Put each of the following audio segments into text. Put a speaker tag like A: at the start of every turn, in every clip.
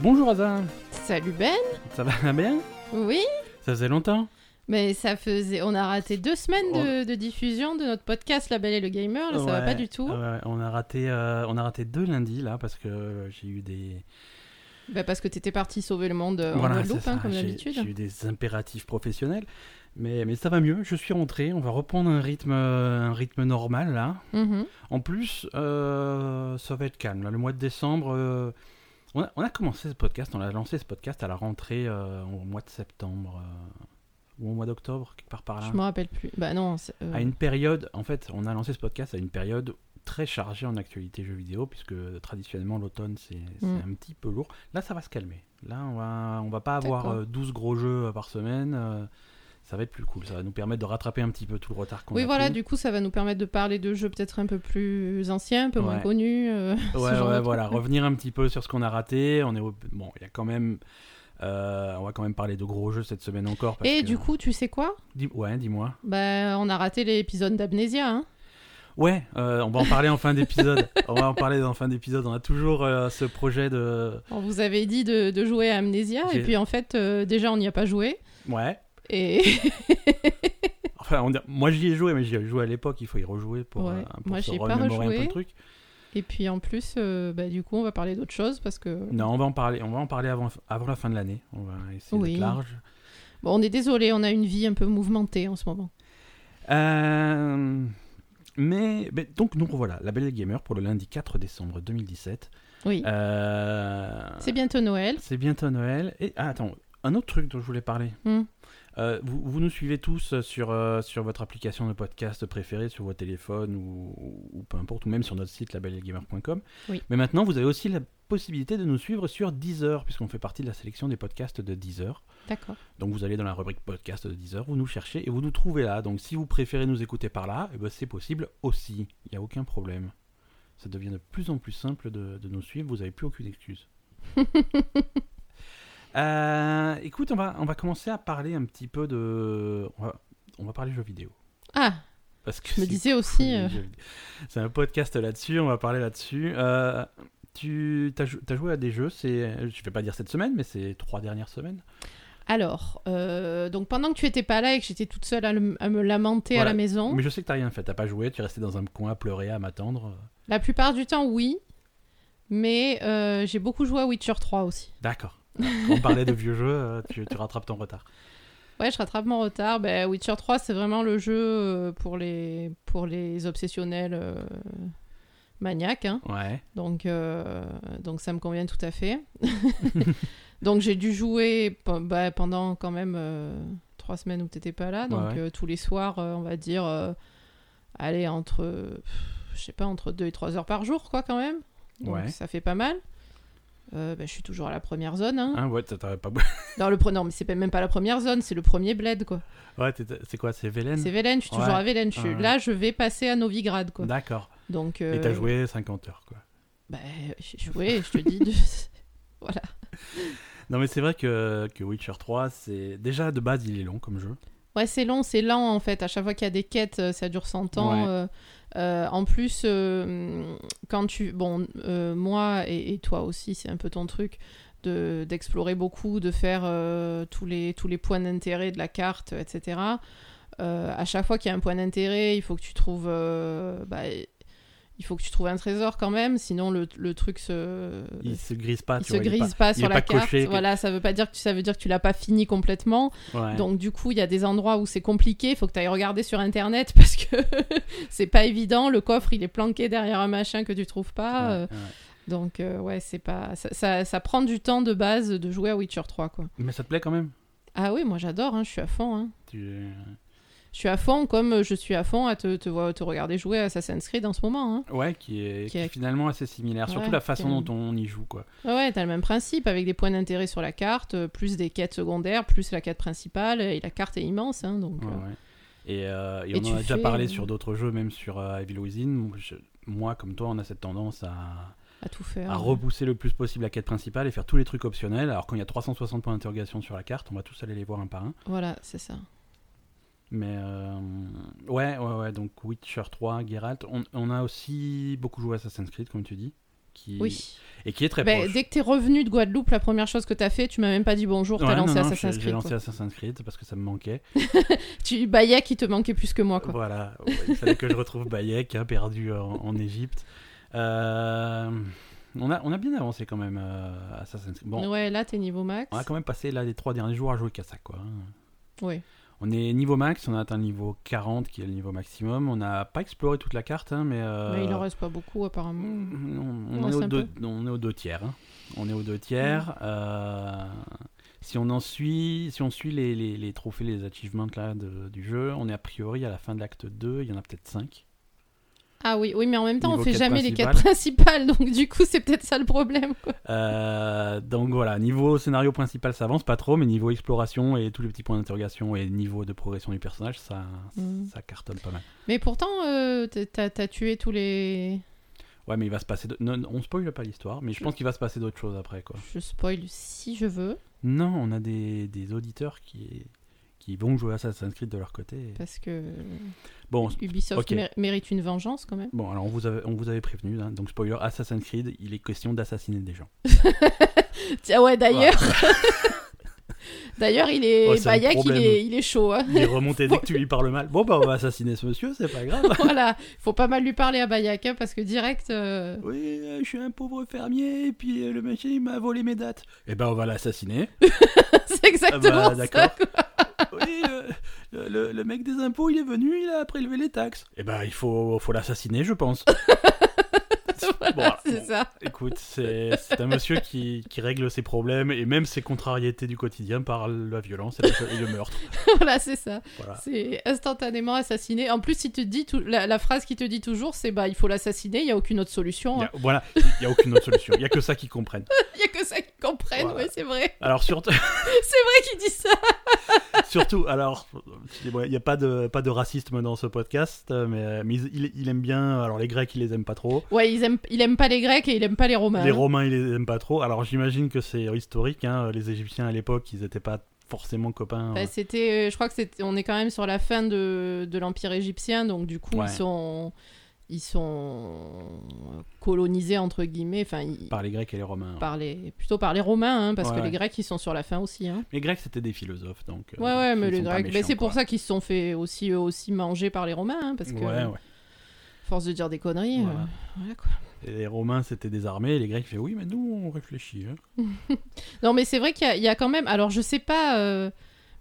A: Bonjour Aza,
B: Salut Ben
A: ça va bien
B: Oui
A: Ça faisait longtemps
B: Mais ça faisait... On a raté deux semaines de, de diffusion de notre podcast La Belle et le Gamer, là, ça
A: Oh.
B: va
A: Ouais, Ah
B: pas du tout.
A: ouais, ouais, on, a raté, euh, on a raté deux lundis là parce que euh, j'ai eu des...
B: Bah, parce que t'étais parti sauver le monde euh, en
A: Voilà,
B: Guadeloupe,
A: c'est
B: hein,
A: ça,
B: comme
A: j'ai-
B: d'habitude.
A: J'ai eu des impératifs professionnels. Mais, mais ça va mieux, je suis rentré, on va reprendre un rythme, euh, un rythme normal là.
B: Mhm.
A: En plus, euh, ça va être calme. là. Le mois de décembre, euh, on, a, on a commencé ce podcast, on a lancé ce podcast à la rentrée euh, au mois de septembre euh, ou au mois d'octobre, quelque part par là.
B: Je me rappelle plus. Bah non, c'est- euh,
A: À Ah. une période, en fait, on a lancé ce podcast à une période très chargée en actualité jeux vidéo, puisque traditionnellement l'automne c'est c'est
B: Mm.
A: un petit peu lourd. Là, ça va se calmer. Là, on va, on va pas avoir
B: D'accord.
A: euh, 12 gros jeux euh, par semaine. euh, ça va être plus cool. Ça va nous permettre de rattraper un petit peu tout le retard qu'on a
B: Oui, voilà,
A: pris.
B: du coup, ça va nous permettre de parler de jeux peut-être un peu plus anciens, un peu moins
A: Ouais.
B: connus. euh, ce
A: Ouais,
B: genre de
A: ouais,
B: truc.
A: voilà. Revenir un petit peu sur ce qu'on a raté. On est au- bon, il y a quand même, euh, on va quand même parler de gros jeux cette semaine encore. parce
B: Et
A: que-
B: du coup, tu sais quoi
A: Dis- ouais, dis-moi.
B: Bah, on a raté l'épisode d'Amnésia, hein
A: Ouais, euh, on va en parler en fin d'épisode. on va en parler en fin d'épisode. On a toujours euh, ce projet de,
B: On vous avait dit de, de jouer à Amnésia,
A: J'ai-
B: et puis en fait, euh, déjà, on n'y a pas joué.
A: ouais.
B: Et
A: Enfin, on dirait- moi j'y ai joué, mais j'y ai joué à l'époque. Il faut y rejouer pour,
B: Ouais,
A: euh, pour
B: moi,
A: se
B: j'ai pas
A: remémorer un peu
B: rejoué.
A: le truc.
B: Et puis en plus, euh, bah, du coup, on va parler d'autre chose parce que.
A: Non, on va en parler. On va en parler avant, avant la fin de l'année. On va essayer
B: Oui.
A: d'être large.
B: Bon, on est désolé, on a une vie un peu mouvementée en ce moment.
A: Euh, mais, mais donc nous voilà, la Belle et le Gamer pour le lundi 4 décembre 2017.
B: Oui.
A: Euh,
B: C'est bientôt Noël.
A: c'est bientôt Noël. Et ah, attends, un autre truc dont je voulais parler.
B: Hmm.
A: Euh, vous, vous nous suivez tous euh, sur, euh, sur votre application de podcast préférée, sur votre téléphone ou, ou peu importe, ou même sur notre site labellegamer.com.
B: Oui.
A: Mais maintenant, vous avez aussi la possibilité de nous suivre sur Deezer, puisqu'on fait partie de la sélection des podcasts de Deezer.
B: D'accord.
A: Donc vous allez dans la rubrique podcast de Deezer, vous nous cherchez et vous nous trouvez là. Donc si vous préférez nous écouter par là, eh ben, c'est possible aussi. Il n'y a aucun problème. Ça devient de plus en plus simple de, de nous suivre, vous n'avez plus aucune excuse. Euh, écoute, on va, on va commencer à parler un petit peu de... On va, on va parler jeux vidéo.
B: Ah,
A: Parce que
B: je me
A: c'est
B: disais
A: cool,
B: aussi.
A: les
B: euh,
A: jeux vidéo. C'est un podcast là-dessus, on va parler là-dessus. Euh, tu as, joué à des jeux, c'est, je ne vais pas dire cette semaine, mais ces trois dernières semaines.
B: Alors, euh, donc pendant que tu étais pas là et que j'étais toute seule à, le- à me lamenter à
A: Voilà.
B: la maison,
A: Mais je sais que t'as rien fait, t'as pas joué, tu es resté dans un coin à pleurer, à m'attendre.
B: la plupart du temps, oui. Mais euh, j'ai beaucoup joué à Witcher 3 aussi.
A: D'accord. Quand on parlait de vieux jeux, euh, tu, tu rattrapes ton retard.
B: Ouais, je rattrape mon retard. Ben, Witcher 3, c'est vraiment le jeu euh, pour les, pour les obsessionnels euh, maniaques. hein.
A: Ouais.
B: Donc, euh, donc ça me convient tout à fait. donc j'ai dû jouer pe- bah, pendant quand même euh, trois semaines où t'étais pas là. Donc
A: Ouais, ouais.
B: euh, tous les soirs, euh, on va dire, euh, allez, entre, pff, je sais pas, entre deux et trois heures par jour, quoi, quand même. Donc
A: Ouais.
B: ça fait pas mal. Euh, bah, je suis toujours à la première zone. Hein.
A: Hein, ouais, t'as- t'as pas...
B: Dans le pre- non, mais c'est pas- même pas la première zone, c'est le premier bled, quoi.
A: ouais t'es- c'est quoi, c'est Velen
B: C'est Velen, je suis toujours
A: Ouais.
B: à Velen. je suis-
A: Ouais, ouais.
B: Là, je vais passer à Novigrad, quoi.
A: D'accord.
B: Donc,
A: Et t'as
B: euh,
A: joué 50 heures, quoi.
B: bah, j'ai joué, je te dis. de- voilà.
A: Non, mais c'est vrai que, que Witcher 3, c'est. Déjà, de base, il est long comme jeu.
B: Ouais, c'est long, c'est lent en fait. À chaque fois qu'il y a des quêtes, euh, ça dure 100 ans.
A: Ouais.
B: euh, euh, en plus, euh, quand tu. Bon, euh, moi et, et toi aussi, c'est un peu ton truc de- d'explorer beaucoup, de faire euh, tous, les, tous les points d'intérêt de la carte, etc. Euh, à chaque fois qu'il y a un point d'intérêt, il faut que tu trouves. euh, bah, il faut que tu trouves un trésor quand même, sinon le, le truc se.
A: Il se grise pas,
B: Euh, il
A: tu
B: se
A: vois. il est
B: grise pas,
A: il
B: sur
A: est
B: la
A: pas
B: carte.
A: coché.
B: Voilà, ça veut pas dire que ça veut dire que tu l'as pas fini complètement.
A: pas- ouais.
B: Donc du coup, il y a des endroits où c'est compliqué, il faut que tu ailles regarder sur internet parce que c'est pas évident, le coffre il est planqué derrière un machin que tu trouves pas. euh,
A: Ouais, ouais.
B: donc euh, ouais, c'est pas ça, ça- ça prend du temps de base de jouer à Witcher 3 quoi.
A: Mais ça te plaît quand même
B: Ah oui, moi j'adore, hein, je suis à fond. hein.
A: Tu-
B: Je suis à fond comme je suis à fond à te, te, voir- te regarder jouer à Assassin's Creed en ce moment. hein.
A: Ouais, qui est,
B: Qui
A: qui
B: est-
A: est finalement assez similaire. Surtout
B: Ouais,
A: la façon
B: qui est-
A: dont on y joue, quoi.
B: Ouais, Ouais, t'as le même principe avec des points d'intérêt sur la carte, euh, plus des quêtes secondaires, plus la quête principale, et la carte est immense. hein, donc,
A: Ouais,
B: euh,
A: ouais. Et, euh, et
B: Et
A: on
B: tu
A: en a déjà
B: fais,
A: parlé
B: euh,
A: sur d'autres jeux, même sur euh, Evil Within. Je- moi, comme toi, on a cette tendance à,
B: à tout faire.
A: à repousser le plus possible la quête principale et faire tous les trucs optionnels. Alors quand il y a 360 points d'interrogation sur la carte, on va tous aller les voir un par un.
B: Voilà, c'est ça.
A: Mais euh, ouais, ouais, ouais. Donc Witcher 3, Geralt. On, on a aussi beaucoup joué à Assassin's Creed, comme tu dis, qui
B: Oui.
A: et qui est très
B: Ben,
A: proche.
B: dès que t'es revenu de Guadeloupe, la première chose que t'as fait, tu m'as même pas dit bonjour, t'as
A: Ouais, non,
B: lancé
A: non,
B: Assassin's
A: j'ai-
B: Creed.
A: J'ai lancé
B: quoi.
A: Assassin's Creed parce que ça me manquait.
B: Tu Bayek, il te manquait plus que moi, quoi.
A: Voilà, ouais, il fallait que je retrouve Bayek, hein, perdu en, en Égypte. Euh, on, a, on a bien avancé quand même euh, Assassin's Creed. Bon,
B: Ouais, là, t'es niveau max.
A: on a quand même passé là les trois derniers jours à jouer qu'à ça quoi. hein.
B: Ouais.
A: On est niveau max, on a atteint le niveau 40 qui est le niveau maximum. On n'a pas exploré toute la carte, hein, mais, euh,
B: Mais Bah, il en reste pas beaucoup, apparemment.
A: Mm, On, on
B: Il en
A: est
B: reste
A: aux
B: un
A: deux, on est aux deux tiers. hein. On est aux deux tiers. euh, si on en suit, si on suit les, les- les trophées, les achievements là, de- du jeu, on est a priori à la fin de l'acte 2, il y en a peut-être 5.
B: Ah oui, oui, mais en même temps,
A: Niveau
B: on fait
A: quête
B: jamais les quêtes principales, donc du coup, c'est peut-être ça le problème, quoi.
A: Euh, donc voilà, niveau scénario principal, ça avance pas trop, mais niveau exploration et tous les petits points d'interrogation et niveau de progression du personnage, ça,
B: Mm.
A: ça cartonne pas mal.
B: Mais pourtant, euh, t'as- t'as t'as tué tous les.
A: Ouais, mais il va se passer. de- non, non, on spoil pas l'histoire, mais je pense qu'il va se passer d'autres choses après quoi.
B: Je spoil si je veux,
A: Non, on a des, des auditeurs qui, qui vont jouer à Assassin's Creed de leur côté.
B: parce que
A: Bon,
B: Ubisoft
A: Ok.
B: mér- mérite une vengeance quand même.
A: bon alors on vous avait, on vous avait prévenu, hein, donc spoiler, Assassin's Creed, il est question d'assassiner des gens.
B: Tiens, ouais, d'ailleurs, d'ailleurs, il est.
A: Oh, c'est un
B: Bayek, il
A: problème.
B: est, il est chaud, hein.
A: Il est remonté dès que tu lui parles mal. Bon bah on va assassiner ce monsieur, c'est pas grave.
B: voilà, faut pas mal lui parler à Bayak, hein, parce que direct. euh,
A: Oui, euh, je suis un pauvre fermier et puis euh, le machin il m'a volé mes dates. Eh ben on va l'assassiner.
B: c'est exactement
A: Ah bah,
B: ça.
A: d'accord. Oui, euh, le, le- le mec des impôts il est venu, il a prélevé les taxes. Eh ben il faut, faut l'assassiner je pense.
B: Voilà,
A: Bon, alors,
B: c'est
A: bon.
B: ça.
A: Écoute, c'est c'est un monsieur qui, qui règle ses problèmes et même ses contrariétés du quotidien par la violence et, la- et le meurtre.
B: voilà, c'est ça.
A: Voilà.
B: C'est instantanément assassiné. En plus, il te dit tout- la, la phrase qu'il te dit toujours, c'est bah il faut l'assassiner. Il y a aucune autre solution.
A: Il y
B: hein.
A: a, voilà, il y a aucune autre solution. Il y a que ça qu'ils comprennent.
B: Il y, a que ça qu'ils comprennent.
A: Voilà.
B: Ouais, c'est vrai.
A: Alors surtout,
B: C'est vrai qu'il dit ça.
A: surtout, alors, excusez-moi, il n'y a pas de pas de racisme dans ce podcast, mais, mais il, il aime bien. Alors les Grecs, il les aime pas trop.
B: Ouais, ils aiment, il aime pas les Grecs et il aime pas les Romains.
A: Les
B: hein.
A: Romains, ils les aiment pas trop. Alors j'imagine que c'est historique. hein, les Égyptiens à l'époque, ils n'étaient pas forcément copains.
B: Bah, c'était, euh, je crois que c'était, on est quand même sur la fin de, de l'empire égyptien, donc du coup
A: Ouais.
B: ils sont, ils sont euh, colonisés entre guillemets. Enfin, ils-
A: par les Grecs et les Romains. hein.
B: par les, plutôt par les Romains, hein, parce
A: Ouais,
B: que
A: ouais.
B: les Grecs, ils sont sur la fin aussi. Hein.
A: Les Grecs, c'était des philosophes, donc. euh,
B: Ouais, ouais,
A: ils
B: mais les
A: sont pas
B: Grecs, mais
A: méchants,
B: c'est pour
A: quoi.
B: ça qu'ils se sont fait aussi, eux aussi manger par les Romains, hein, parce que,
A: Ouais, ouais.
B: force de dire des conneries,
A: Voilà.
B: euh, voilà, quoi.
A: Et les Romains, c'était des armées, et les Grecs, ils faisaient oui, mais nous, on réfléchit. hein.
B: Non, mais c'est vrai qu'il y, a- il y a quand même, alors je sais pas, euh,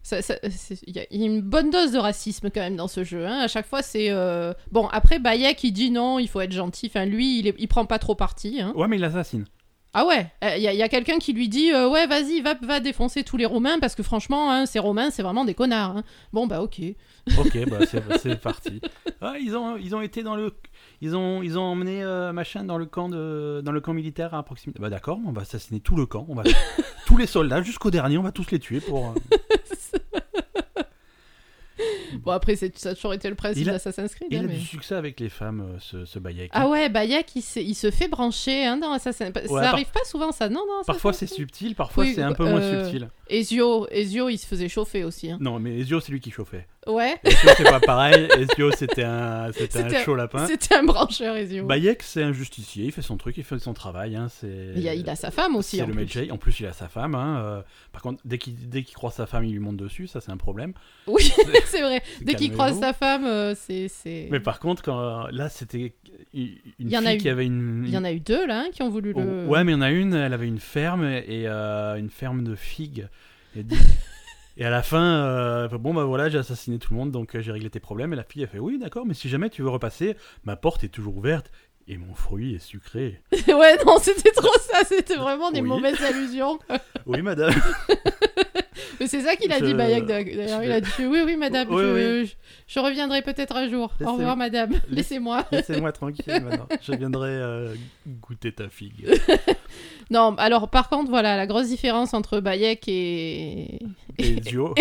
B: ça- ça- c'est- il y, a il y a une bonne dose de racisme quand même dans ce jeu, hein. à chaque fois c'est... euh, Bon, après Bayek, il dit non, il faut être gentil, enfin lui, il, est- il prend pas trop parti, hein.
A: Ouais, mais ils l'assassinent.
B: Ah ouais, euh, il y a, il y a quelqu'un qui lui dit euh, ouais vas-y va, va défoncer tous les Romains parce que franchement hein, ces Romains c'est vraiment des connards. hein. Bon bah ok.
A: Ok, bah c'est, c'est parti. Ah, ils ont ils ont été dans le ils ont ils ont emmené euh, machin dans le camp de dans le camp militaire à proximité. Bah d'accord, on va assassiner tout le camp, on va tous les soldats jusqu'au dernier, on va tous les tuer pour. euh,
B: Bon après c'est, ça a toujours été le principe
A: Il a-
B: d'Assassin's Creed. hein,
A: Il a
B: mais-
A: du succès avec les femmes, euh, ce, ce Bayek.
B: Ah ouais Bayek il, s'est- il se fait brancher hein, dans Assassin's Creed.
A: Ouais,
B: ça
A: par-
B: arrive pas souvent ça non non.
A: Parfois
B: Assassin's
A: c'est subtil, parfois
B: Oui,
A: c'est un peu
B: euh,
A: moins subtil.
B: Ezio, Ezio, il se faisait chauffer aussi. hein.
A: Non, mais Ezio c'est lui qui chauffait.
B: Ouais,
A: Ezio c'est pas pareil. Ezio c'était un c'était un
B: C'était-
A: chaud lapin.
B: c'était un brancheur, Ezio.
A: Bayek c'est un justicier, il fait son truc, il fait son travail. Hein, c'est.
B: il, y a, il a sa femme aussi.
A: C'est
B: en
A: le
B: plus.
A: Medjay. En plus, il a sa femme. hein, euh, par contre, dès qu'il dès qu'il croise sa femme, il lui monte dessus. Ça, c'est un problème.
B: Oui, c'est vrai. Dès qu'il
A: Calmez-vous.
B: croise sa femme, euh, c'est. c'est-
A: Mais par contre, quand, euh, là, c'était une une
B: Il y en a
A: fille
B: eu.
A: qui avait une.
B: Il y en a eu deux là hein, qui ont voulu le.
A: Oh, Ouais, mais il y en a une. Elle avait une ferme et euh, une ferme de figues. Et, dit- et à la fin, euh, bon bah voilà, j'ai assassiné tout le monde, donc euh, j'ai réglé tes problèmes. Et la fille a fait oui, d'accord, mais si jamais tu veux repasser, ma porte est toujours ouverte et mon fruit est sucré.
B: ouais, non, c'était trop ça. C'était vraiment des
A: Oui.
B: mauvaises allusions.
A: Oui, madame.
B: Mais c'est ça qu'il a
A: Je-
B: dit, Bayak. D'ailleurs, il a dit Oui, oui, madame,
A: Oui,
B: je, je- je reviendrai peut-être un jour.
A: Laissez-
B: Au revoir, madame. Laissez-moi.
A: Laissez-moi tranquille maintenant. Je viendrai euh, goûter ta figue.
B: Non, alors par contre, voilà, la grosse différence entre Bayek et.
A: Ezio.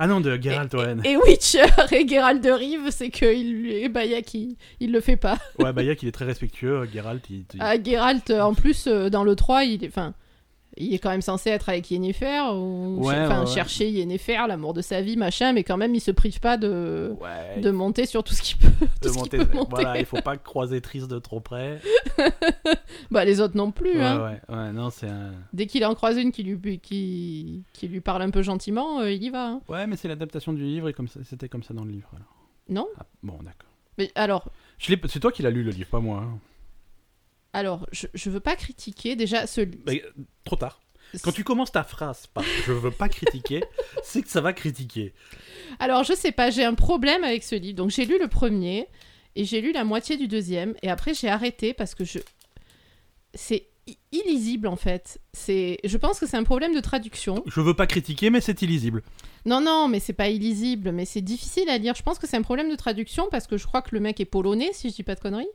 A: Ah non, de Geralt Owen.
B: Et Witcher et Geralt de Rive, c'est que il, et Bayek, il, il le fait pas.
A: Ouais, Bayek, il est très respectueux. Geralt, il. il-
B: Ah, Geralt, euh, en plus, euh, dans le 3, il est. Enfin, il est quand même censé être avec Yennefer, ou
A: Ouais,
B: enfin,
A: ouais, ouais.
B: chercher Yennefer, l'amour de sa vie, machin, mais quand même, il se prive pas de,
A: Ouais,
B: de monter sur tout ce qu'il peut.
A: il
B: tout
A: peut
B: ce qu'il
A: monter-
B: peut monter.
A: Voilà, il faut pas croiser Triste de trop près.
B: Bah, les autres non plus.
A: Ouais,
B: hein.
A: ouais, ouais, non, c'est un.
B: Dès qu'il en croise une qui lui, qui, qui lui parle un peu gentiment, euh, il y va. hein.
A: Ouais, mais c'est l'adaptation du livre et comme ça- c'était comme ça dans le livre. alors.
B: Non
A: Ah, bon, d'accord.
B: Mais alors,
A: Je l'ai- C'est toi qui l'as lu le livre, pas moi. hein.
B: alors je, je veux pas critiquer déjà ce.
A: Bah, euh, trop tard. Quand tu commences ta phrase par je veux pas critiquer, c'est que ça va critiquer.
B: Alors, je sais pas, j'ai un problème avec ce livre. Donc, j'ai lu le premier et j'ai lu la moitié du deuxième. Et après, j'ai arrêté parce que je. C'est i- illisible en fait. C'est, je pense que c'est un problème de traduction.
A: Je veux pas critiquer, mais c'est illisible.
B: Non, non, mais c'est pas illisible, mais c'est difficile à lire. Je pense que c'est un problème de traduction parce que je crois que le mec est polonais, si je dis pas de conneries.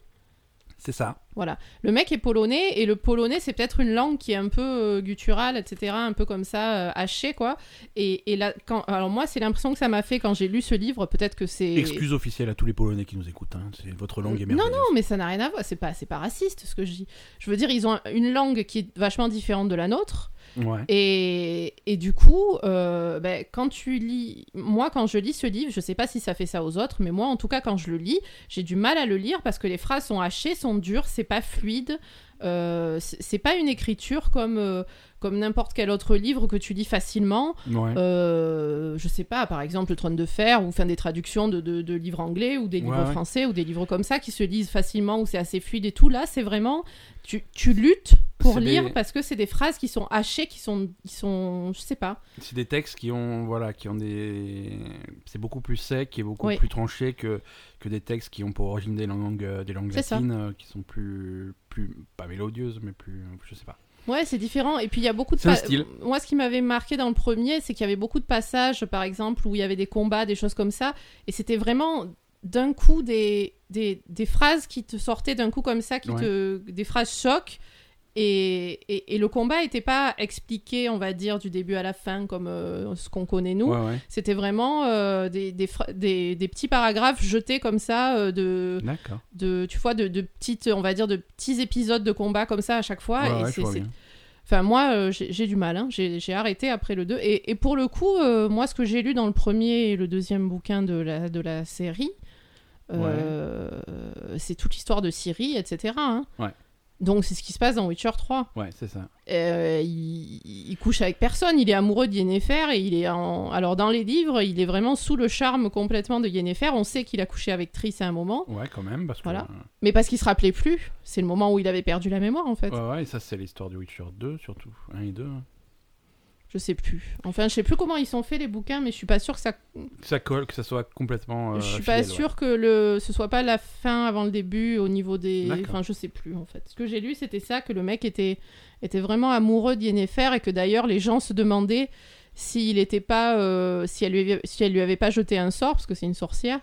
A: C'est ça.
B: Voilà. Le mec est polonais et le polonais, c'est peut-être une langue qui est un peu euh, gutturale, etc., un peu comme ça, euh, hachée, quoi. Et, et là, quand... alors moi, c'est l'impression que ça m'a fait quand j'ai lu ce livre. Peut-être que c'est.
A: Excuse officielle à tous les Polonais qui nous écoutent. hein. C'est votre langue est
B: Euh, Non,
A: merveilleuse.
B: Non, mais ça n'a rien à voir. C'est pas, c'est pas raciste ce que je dis. Je veux dire, ils ont un- une langue qui est vachement différente de la nôtre.
A: Ouais.
B: Et, et du coup, euh, ben, quand tu lis. Moi, quand je lis ce livre, je sais pas si ça fait ça aux autres, mais moi, en tout cas, quand je le lis, j'ai du mal à le lire parce que les phrases sont hachées, sont dures, c'est pas fluide. euh, c'est c'est pas une écriture comme, euh, comme n'importe quel autre livre que tu lis facilement.
A: Ouais.
B: Euh, je sais pas, par exemple, Le Trône de Fer, ou fin des traductions de, de- de livres anglais, ou des livres
A: Ouais, ouais.
B: français, ou des livres comme ça qui se lisent facilement, où c'est assez fluide et tout. Là, c'est vraiment. Tu, tu luttes pour
A: C'est des-
B: lire parce que c'est des phrases qui sont hachées, qui sont. Qui sont je sais pas.
A: C'est des textes qui ont, voilà, qui ont des. C'est beaucoup plus sec et beaucoup
B: Oui.
A: plus tranché que, que des textes qui ont pour origine des langues, euh, des langues
B: C'est ça.
A: latines, euh, qui sont plus, plus. pas mélodieuses, mais plus. je sais pas.
B: Ouais, c'est différent. Et puis il y a beaucoup de.
A: C'est un
B: pa-
A: style.
B: Moi, ce qui m'avait marqué dans le premier, c'est qu'il y avait beaucoup de passages, par exemple, où il y avait des combats, des choses comme ça. Et c'était vraiment d'un coup des, des, des phrases qui te sortaient d'un coup comme ça, qui
A: Ouais.
B: te, des phrases choc. Et, et, et le combat n'était pas expliqué, on va dire, du début à la fin, comme euh, ce qu'on connaît nous.
A: Ouais, ouais.
B: C'était vraiment euh, des, des, fra- des, des petits paragraphes jetés comme ça euh, de,
A: D'accord.
B: de, tu vois, de, de petites, on va dire, de petits épisodes de combat comme ça à chaque fois.
A: Ouais,
B: et
A: ouais, je
B: c'est-
A: vois
B: c'est-
A: bien.
B: Enfin, moi, euh, j'ai j'ai du mal. hein. J'ai j'ai arrêté après le 2. Et, et pour le coup, euh, moi, ce que j'ai lu dans le premier et le deuxième bouquin de la, de la série, euh, c'est toute l'histoire de Siri, etc. hein.
A: Ouais.
B: Donc, c'est ce qui se passe dans Witcher 3.
A: Ouais, c'est ça.
B: Euh, il, il couche avec personne, il est amoureux de Yennefer et il est en... Alors, dans les livres, il est vraiment sous le charme complètement de Yennefer. On sait qu'il a couché avec Triss à un moment,
A: Ouais, quand même, parce que.
B: Voilà. mais parce qu'il se rappelait plus. C'est le moment où il avait perdu la mémoire, en fait.
A: Ouais, ouais, et ça, c'est l'histoire du Witcher 2, surtout. 1 et 2. hein.
B: Je sais plus. Enfin, je sais plus comment ils sont faits les bouquins, mais je suis pas sûre que ça
A: Que ça colle, que ça soit complètement. euh,
B: je suis pas
A: fidèle, ouais.
B: sûre que le ce soit pas la fin avant le début au niveau des
A: D'accord.
B: enfin je sais plus en fait. Ce que j'ai lu c'était ça que le mec était était vraiment amoureux d'Yennefer et que d'ailleurs les gens se demandaient s'il était pas euh, si elle lui avait- si elle lui avait pas jeté un sort parce que c'est une sorcière.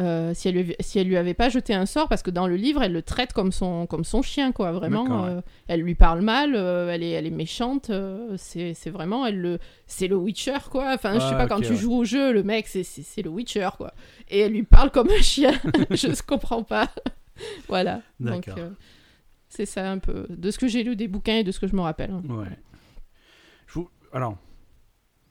B: euh, si, elle lui, avait- si elle lui avait pas jeté un sort, parce que dans le livre, elle le traite comme son, comme son chien, quoi. Vraiment,
A: D'accord, ouais.
B: euh, elle lui parle mal, euh, elle, est, elle est méchante. euh, c'est c'est vraiment, elle le, c'est le Witcher, quoi. Enfin, je sais
A: Ah,
B: pas,
A: ok,
B: quand tu
A: ouais.
B: joues au jeu, le mec, c'est- c'est c'est le Witcher, quoi. Et elle lui parle comme un chien. je ne comprends pas. voilà. Donc,
A: D'accord.
B: euh, c'est ça un peu. De ce que j'ai lu des bouquins et de ce que je me rappelle.
A: Ouais. Je vous- Alors,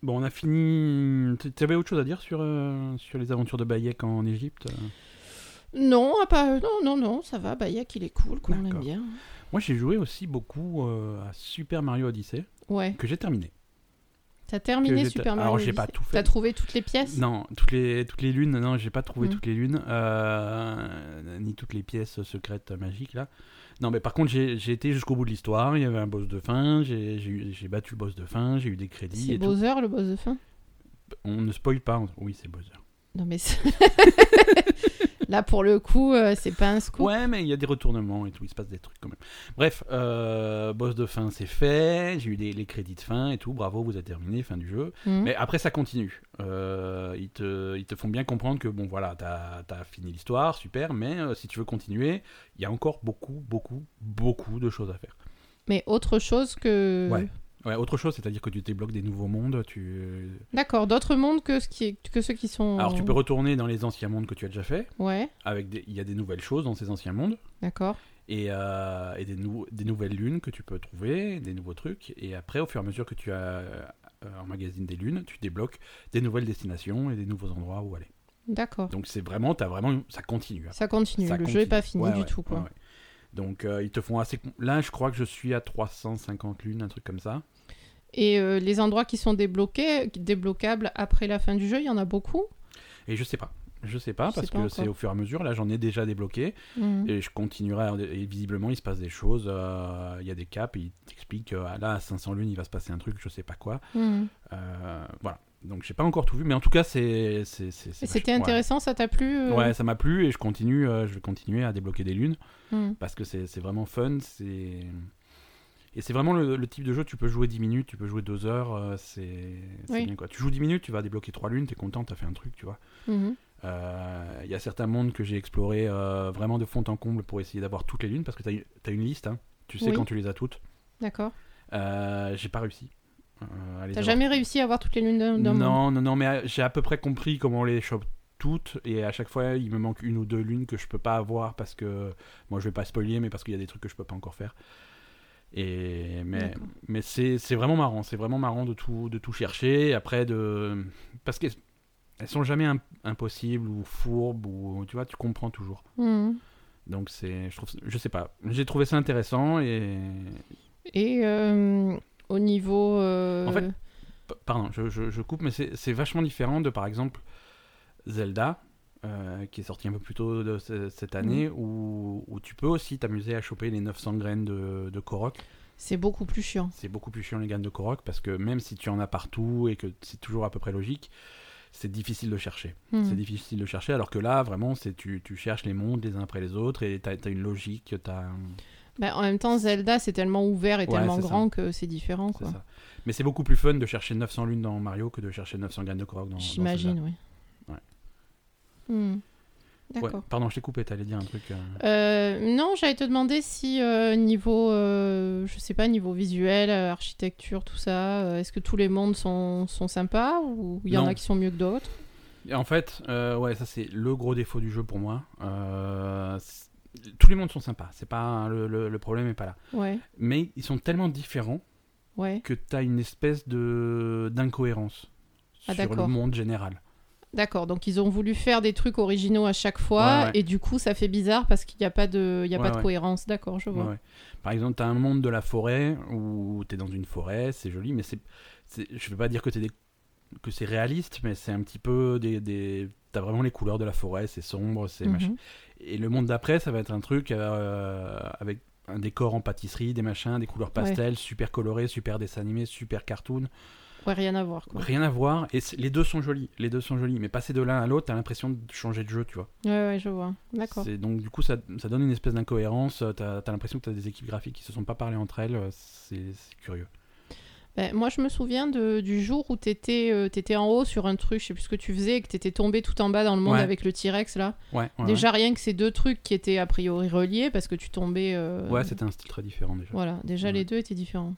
A: bon, on a fini. Tu avais autre chose à dire sur, euh, sur les aventures de Bayek en Égypte euh
B: Non, ah, pas... non, non, non, ça va. Bayak, il est cool, quoi. On aime
A: D'accord.
B: bien.
A: Moi, j'ai joué aussi beaucoup euh, à Super Mario Odyssey,
B: Ouais.
A: que j'ai terminé.
B: T'as
A: Que
B: terminé
A: j'ai-
B: Super Mario
A: Alors, j'ai
B: Odyssey.
A: pas tout fait.
B: T'as trouvé toutes les pièces
A: Non, toutes les, toutes les lunes, non, j'ai pas trouvé
B: Mm.
A: toutes les lunes, euh, ni toutes les pièces secrètes euh, magiques là. Non, mais par contre, j'ai j'ai été jusqu'au bout de l'histoire. Il y avait un boss de fin, j'ai- j'ai eu- j'ai battu le boss de fin, j'ai eu des crédits
B: C'est
A: et tout.
B: Bowser, le boss de fin
A: On ne spoil pas. on- Oui, c'est Bowser.
B: Non, mais... c'est- Là, pour le coup, euh, c'est pas un scoop.
A: Ouais, mais il y a des retournements et tout, il se passe des trucs quand même. Bref, euh, boss de fin, c'est fait. J'ai eu des- les crédits de fin et tout. Bravo, vous avez terminé, fin du jeu.
B: Mhm.
A: Mais après, ça continue. Euh, ils, te, ils te font bien comprendre que, bon, voilà, t'as as fini l'histoire, super, mais euh, si tu veux continuer, il y a encore beaucoup, beaucoup, beaucoup de choses à faire.
B: Mais autre chose que...
A: Ouais. Ouais, autre chose, c'est-à-dire que tu débloques des nouveaux mondes. Tu...
B: D'accord, d'autres mondes que, ce qui est- que ceux qui sont...
A: Alors, tu peux retourner dans les anciens mondes que tu as déjà fait.
B: Ouais,
A: Avec des... Il y a des nouvelles choses dans ces anciens mondes.
B: d'accord.
A: et, euh, et des, nou- des nouvelles lunes que tu peux trouver, des nouveaux trucs. Et après, au fur et à mesure que tu as euh, emmagasine des lunes, tu débloques des nouvelles destinations et des nouveaux endroits où aller.
B: D'accord.
A: Donc c'est vraiment, t'as vraiment, ça continue. hein.
B: Ça continue,
A: Ça
B: le jeu
A: continue.
B: est pas fini
A: Ouais,
B: du
A: ouais,
B: tout, quoi.
A: ouais, ouais. Donc euh, ils te font assez. Là, je crois que je suis à 350 lunes, un truc comme ça.
B: Et euh, les endroits qui sont débloqués, débloquables après la fin du jeu, il y en a beaucoup
A: Et je sais pas. Je sais pas
B: Je sais
A: parce
B: pas
A: que
B: encore.
A: c'est au fur et à mesure. Là, j'en ai déjà débloqué
B: Mhm.
A: et je continuerai. à- Et visiblement, il se passe des choses. euh, Il y a des caps. Et il t'explique que ah, là, à 500 lunes, il va se passer un truc. Je sais pas quoi.
B: Mhm.
A: Euh, voilà. Donc j'ai pas encore tout vu, mais en tout cas, c'est c'est c'est. c'est
B: Et C'était
A: vachement- ouais.
B: intéressant, ça t'a plu euh
A: Ouais, ça m'a plu et je continue. euh, je vais continuer à débloquer des lunes.
B: Mhm.
A: parce que c'est c'est vraiment fun, c'est... Et c'est vraiment le, le type de jeu, tu peux jouer 10 minutes, tu peux jouer 2 heures, euh, c'est c'est
B: Oui.
A: bien quoi. Tu joues 10 minutes, tu vas débloquer 3 lunes, t'es content, t'as fait un truc, tu vois.
B: Mhm.
A: Euh, Il y a certains mondes que j'ai explorés euh, vraiment de fond en comble pour essayer d'avoir toutes les lunes, parce que t'as une- t'as une liste, hein. tu sais
B: Oui.
A: quand tu les as toutes.
B: D'accord.
A: Euh, j'ai pas réussi. euh, à les
B: T'as
A: avoir
B: jamais réussi à avoir toutes les lunes d'un d'un monde
A: non, non, non, mais euh, j'ai à peu près compris comment on les chope toutes, et à chaque fois, il me manque une ou deux lunes que je peux pas avoir parce que. Moi, je vais pas spoiler, mais parce qu'il y a des trucs que je peux pas encore faire. Et, mais
B: D'accord.
A: mais c'est c'est vraiment marrant, c'est vraiment marrant de tout, de tout chercher, après de. Parce qu'elles elles sont jamais im- impossibles ou fourbes, ou tu vois, tu comprends toujours.
B: Mhm.
A: Donc, c'est. Je, trouve, je sais pas, j'ai trouvé ça intéressant, et.
B: Et euh, au niveau. euh,
A: En fait- P- pardon, je, je- je coupe, mais c'est c'est vachement différent de, par exemple, Zelda, euh, qui est sorti un peu plus tôt de ce- cette année, où, où tu peux aussi t'amuser à choper les 900 graines de, de Korok.
B: c'est beaucoup plus chiant.
A: C'est beaucoup plus chiant les graines de Korok, parce que même si tu en as partout et que c'est toujours à peu près logique, c'est difficile de chercher.
B: Mhm.
A: C'est difficile de chercher, alors que là, vraiment, c'est tu, tu cherches les mondes les uns après les autres, et t'as as une logique, t'as... un-
B: Bah, en même temps, Zelda, c'est tellement ouvert et
A: Ouais,
B: tellement
A: c'est ça.
B: grand que c'est différent,
A: c'est
B: quoi.
A: ça. Mais c'est beaucoup plus fun de chercher 900 lunes dans Mario que de chercher 900 graines de Korok dans dans Zelda.
B: J'imagine, oui. Hmm.
A: Ouais,
B: D'accord.
A: pardon, je t'ai coupé, t'allais dire un truc... euh.
B: Euh, non, j'allais te demander si euh, niveau, euh, je sais pas, niveau visuel, euh, architecture, tout ça, euh, est-ce que tous les mondes sont, sont sympas ou il y en
A: Non.
B: a qui sont mieux que d'autres
A: Et En fait, euh, ouais, ça c'est le gros défaut du jeu pour moi. Euh, c'est- tous les mondes sont sympas, c'est pas le, le- le problème est pas là.
B: Ouais,
A: Mais ils sont tellement différents
B: ouais,
A: que t'as une espèce de d'incohérence
B: Ah,
A: sur le
B: d'accord.
A: monde général.
B: d'accord. Donc ils ont voulu faire des trucs originaux à chaque fois
A: Ouais, ouais.
B: et du coup ça fait bizarre parce qu'il n'y a pas de, il y a
A: Ouais,
B: pas de
A: ouais.
B: cohérence. D'accord, je vois.
A: Ouais, ouais. Par exemple, t'as un monde de la forêt où t'es dans une forêt, c'est joli, mais c'est, c'est- je veux pas dire que t'es des- que c'est réaliste, mais c'est un petit peu des, des t'as vraiment les couleurs de la forêt, c'est sombre, c'est
B: Mhm.
A: machin. Et le monde d'après, ça va être un truc euh, avec un décor en pâtisserie, des machins, des couleurs pastel, super colorées, super dessin animé, super cartoon.
B: Ouais, rien à voir. Quoi.
A: Rien à voir. Et c'est- les deux sont jolis. Les deux sont jolis. Mais passer de l'un à l'autre, t'as l'impression de changer de jeu, tu vois.
B: Ouais, ouais, je vois. D'accord.
A: C'est- Donc, du coup, ça, ça donne une espèce d'incohérence. euh, T'as as, l'impression que t'as des équipes graphiques qui se sont pas parlé entre elles. euh, C'est c'est curieux.
B: Ben, moi, je me souviens de- du jour où t'étais euh, t'étais en haut sur un truc, je sais plus ce que tu faisais, et que t'étais tombé tout en bas dans le monde
A: Ouais.
B: avec le T-Rex là.
A: Ouais, ouais,
B: Déjà, rien que ces deux trucs qui étaient a priori reliés parce que tu tombais. euh,
A: ouais. Ouais, c'était un style très différent déjà.
B: Voilà, déjà
A: Ouais.
B: les deux étaient différents.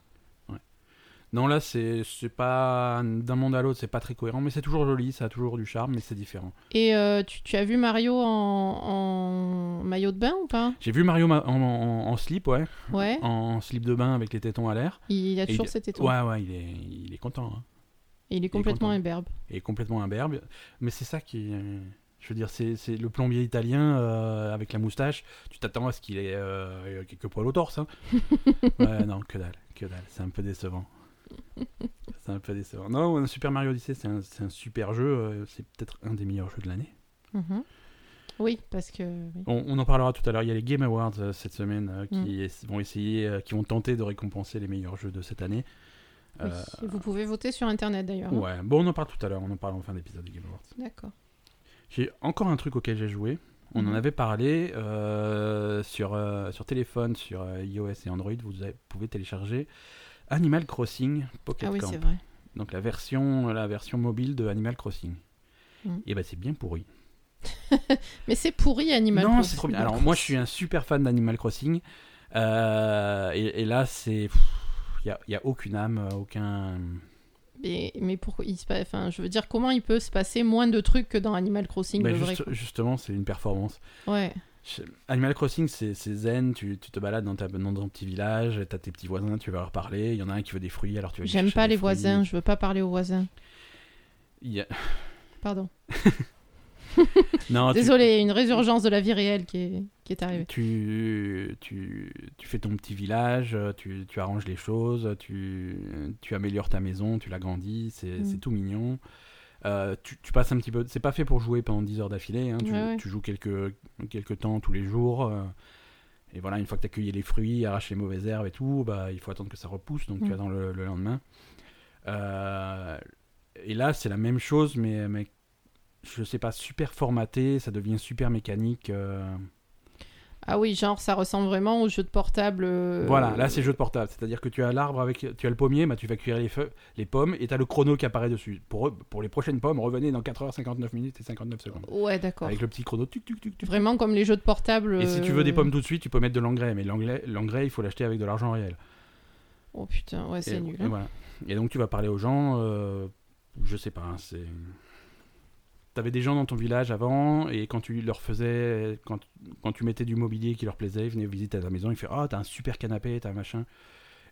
A: Non, là, c'est c'est pas. D'un monde à l'autre, c'est pas très cohérent, mais c'est toujours joli, ça a toujours du charme, mais c'est différent.
B: Et euh, tu, tu as vu Mario en, en maillot de bain ou pas
A: J'ai vu Mario ma- en- en- en slip, ouais.
B: Ouais.
A: en slip de bain avec les tétons à l'air.
B: Il a toujours
A: il-
B: cet étoile.
A: Ouais, ouais, il est, il est content. hein.
B: Et il est complètement
A: content.
B: imberbe.
A: Il est complètement imberbe. Mais c'est ça qui. est- Je veux dire, c'est c'est le plombier italien euh, avec la moustache. Tu t'attends à ce qu'il ait euh, quelques poils au torse. hein. ouais, non, que dalle, que dalle. C'est un peu décevant. C'est un peu décevant. Non, Super Mario Odyssey, c'est un, c'est un super jeu. euh, C'est peut-être un des meilleurs jeux de l'année.
B: Mhm. Oui, parce que. oui.
A: On, on en parlera tout à l'heure. Il y a les Game Awards euh, cette semaine euh, qui es- vont essayer, euh, qui vont tenter de récompenser les meilleurs jeux de cette année.
B: Oui.
A: Euh,
B: Et Vous pouvez voter sur internet d'ailleurs. hein.
A: Ouais, bon, on en parle tout à l'heure, on en parle en fin d'épisode de Game Awards.
B: D'accord.
A: J'ai encore un truc auquel j'ai joué. On en
B: Mhm.
A: avait parlé euh, sur, euh, sur téléphone, sur euh, iOS et Android. Vous avez- pouvez télécharger Animal Crossing Pocket
B: Ah oui,
A: Camp.
B: c'est vrai.
A: Donc la version, la version mobile de Animal Crossing.
B: Mhm.
A: Et ben c'est bien pourri.
B: Mais c'est pourri Animal
A: non,
B: Crossing.
A: c'est trop bien. Alors moi je suis un super fan d'Animal Crossing. Euh, et, et là c'est. Il n'y a, aucune âme, aucun.
B: Mais, mais pourquoi il se passe. Enfin, je veux dire, comment il peut se passer moins de trucs que dans Animal Crossing
A: Ben,
B: le vrai
A: juste- justement, c'est une performance.
B: quoi. Ouais.
A: Je je- Animal Crossing, c'est c'est zen, tu, tu te balades dans, ta, dans ton petit village, t'as tes petits voisins, tu vas leur parler, il y en a un qui veut des fruits, alors tu vas lui
B: J'aime
A: chercher
B: pas
A: des
B: les
A: fruits.
B: voisins, je veux pas parler aux voisins.
A: Il y a-
B: Pardon.
A: Non, Ah, tu-
B: Désolé, une résurgence de la vie réelle qui est, qui est arrivée.
A: Tu, tu, tu fais ton petit village, euh, tu, tu arranges les choses, tu, tu améliores ta maison, tu l'agrandis, c'est
B: Mm.
A: c'est tout mignon. Euh, tu, tu passes un petit peu. C'est pas fait pour jouer pendant 10 heures d'affilée, hein, tu,
B: Ouais, ouais.
A: tu joues quelques, quelques temps tous les jours. euh, et voilà, une fois que tu as cueilli les fruits, arraches les mauvaises herbes et tout, bah, il faut attendre que ça repousse, donc tu
B: Mm.
A: attends le, le lendemain. Euh, et là, c'est la même chose, mais, mais je sais pas, super formaté, ça devient super mécanique. euh,
B: Ah oui, genre ça ressemble vraiment au jeu de portable. euh,
A: Voilà, là c'est jeu de portable, c'est-à-dire que tu as l'arbre avec, tu as le pommier, bah, tu vas cueillir les, feux, les pommes et tu as le chrono qui apparaît dessus. Pour, eux- pour les prochaines pommes, revenez dans 4h59 minutes et 59 secondes.
B: Ouais, d'accord.
A: Avec le petit chrono, tuc tuc tuc tuc.
B: Vraiment comme les jeux de portable.
A: Et si tu veux des
B: euh,
A: pommes tout de suite, tu peux mettre de l'engrais, mais l'engrais, l'engrais, il faut l'acheter avec de l'argent réel.
B: Oh putain, ouais,
A: et,
B: c'est nul.
A: et
B: hein.
A: voilà. Et donc tu vas parler aux gens, euh, je sais pas, hein, c'est. T'avais des gens dans ton village avant, et quand tu leur faisais, quand, quand tu mettais du mobilier qui leur plaisait, ils venaient visiter ta maison, ils faisaient Ah, t'as un super canapé, t'as un machin.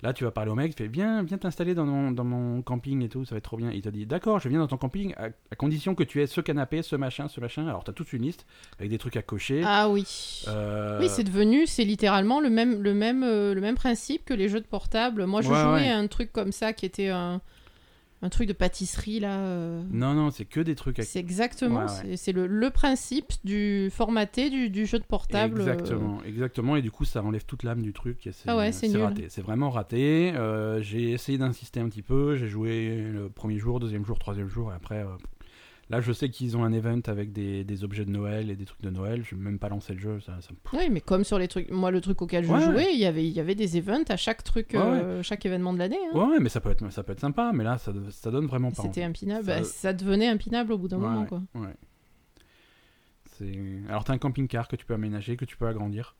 A: Là, tu vas parler au mec, tu fais Viens, viens t'installer dans mon, dans mon camping et tout, ça va être trop bien. Il te dit D'accord, je viens dans ton camping, à, à condition que tu aies ce canapé, ce machin, ce machin. Alors, t'as toute une liste avec des trucs à cocher.
B: Ah oui.
A: Euh,
B: Oui, c'est devenu, c'est littéralement le même, le, même, euh, le même principe que les jeux de portable. Moi, je
A: Ouais,
B: jouais
A: ouais.
B: à un truc comme ça qui était un, un truc de pâtisserie, là. euh,
A: Non, non, c'est que des trucs à
B: C'est exactement,
A: Ouais,
B: c'est- c'est le, le principe du formaté du, du jeu de portable. euh,
A: Exactement, exactement. Et du coup, ça enlève toute l'âme du truc. et C'est
B: Ah ouais, c'est
A: c'est
B: nul.
A: raté. C'est vraiment raté. Euh, j'ai essayé d'insister un petit peu. J'ai joué le premier jour, deuxième jour, troisième jour. Et après, euh, là, je sais qu'ils ont un event avec des, des objets de Noël et des trucs de Noël. Je vais même pas lancer le jeu. Ça, ça me-
B: Oui, mais comme sur les trucs, moi le truc auquel je
A: Ouais,
B: jouais, il y avait, il y avait des events à chaque truc,
A: Ouais,
B: euh, chaque événement de l'année. hein.
A: Ouais, ouais, mais ça peut être, ça peut être sympa. Mais là, ça, ça donne vraiment pas.
B: C'était
A: envie.
B: impinable,
A: Ça-
B: Bah, ça... devenait impinable au bout d'un
A: Ouais,
B: moment. Quoi.
A: Ouais. C'est. Alors, t'as un camping-car que tu peux aménager, que tu peux agrandir.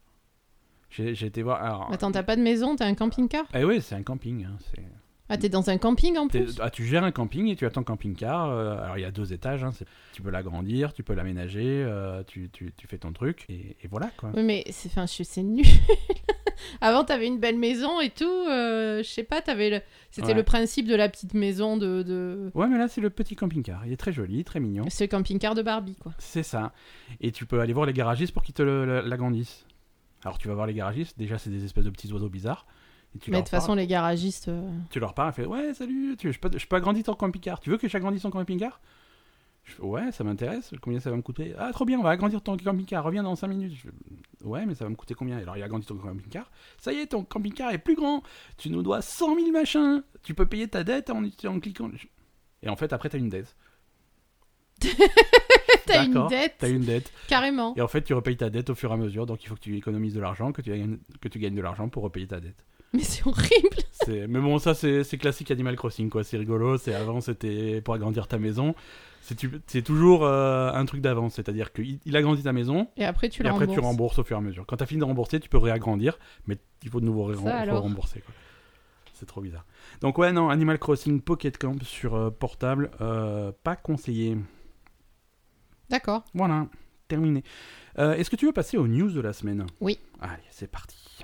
A: J'ai j'ai été voir. Alors...
B: Attends, t'as pas de maison, t'as un camping-car
A: Eh oui, c'est un camping. hein, c'est-
B: Ah, t'es dans un camping en
A: T'es-
B: plus
A: ah, tu gères un camping et tu as ton camping-car. euh, alors, il y a deux étages. hein, c'est- tu peux l'agrandir, tu peux l'aménager, euh, tu, tu- tu fais ton truc. Et, et voilà, quoi.
B: Oui, mais c'est enfin, je- c'est nul. Avant, t'avais une belle maison et tout. euh, je sais pas, t'avais le... c'était
A: Ouais.
B: le principe de la petite maison de, de...
A: Ouais, mais là, c'est le petit camping-car. Il est très joli, très mignon.
B: ce camping-car de Barbie, quoi.
A: C'est ça. Et tu peux aller voir les garagistes pour qu'ils te le- le- l'agrandissent. Alors, tu vas voir les garagistes. Déjà, c'est des espèces de petits oiseaux bizarres. Et tu
B: mais
A: leur
B: de toute façon,
A: parles-
B: les garagistes. euh,
A: tu leur parles et fais Ouais, salut, tu, je, peux, je peux agrandir ton camping-car. Tu veux que j'agrandisse ton camping-car Je fais, Ouais, ça m'intéresse. Combien ça va me coûter Ah, trop bien, on va agrandir ton camping-car. Reviens dans 5 minutes. Je fais, ouais, mais ça va me coûter combien Alors, il agrandit ton camping-car. Ça y est, ton camping-car est plus grand. Tu nous dois 100 000 machins. Tu peux payer ta dette en, en cliquant. Je- Et en fait, après, t'as une dette.
B: T'as une
A: D'accord,
B: dette,
A: T'as une dette.
B: carrément.
A: Et en fait, tu repayes ta dette au fur et à mesure. Donc, il faut que tu économises de l'argent, que tu gagnes, que tu gagnes de l'argent pour repayer ta dette.
B: Mais c'est horrible.
A: C'est- Mais bon, ça c'est c'est classique Animal Crossing, quoi. C'est rigolo. C'est avant, c'était pour agrandir ta maison. C'est tu- c'est toujours euh, un truc d'avant, c'est-à-dire qu'il il agrandit ta maison
B: Et après, tu
A: et
B: le
A: après tu
B: rembourses.
A: rembourses au fur et à mesure. Quand t'as fini de rembourser, tu peux réagrandir, mais il faut de nouveau ré-
B: Ça,
A: faut
B: alors.
A: rembourser. quoi. C'est trop bizarre. Donc ouais, non, Animal Crossing Pocket Camp sur euh, portable, euh, pas conseillé.
B: D'accord.
A: Voilà, terminé. Euh, Est-ce que tu veux passer aux news de la semaine
B: Oui.
A: Allez, c'est parti.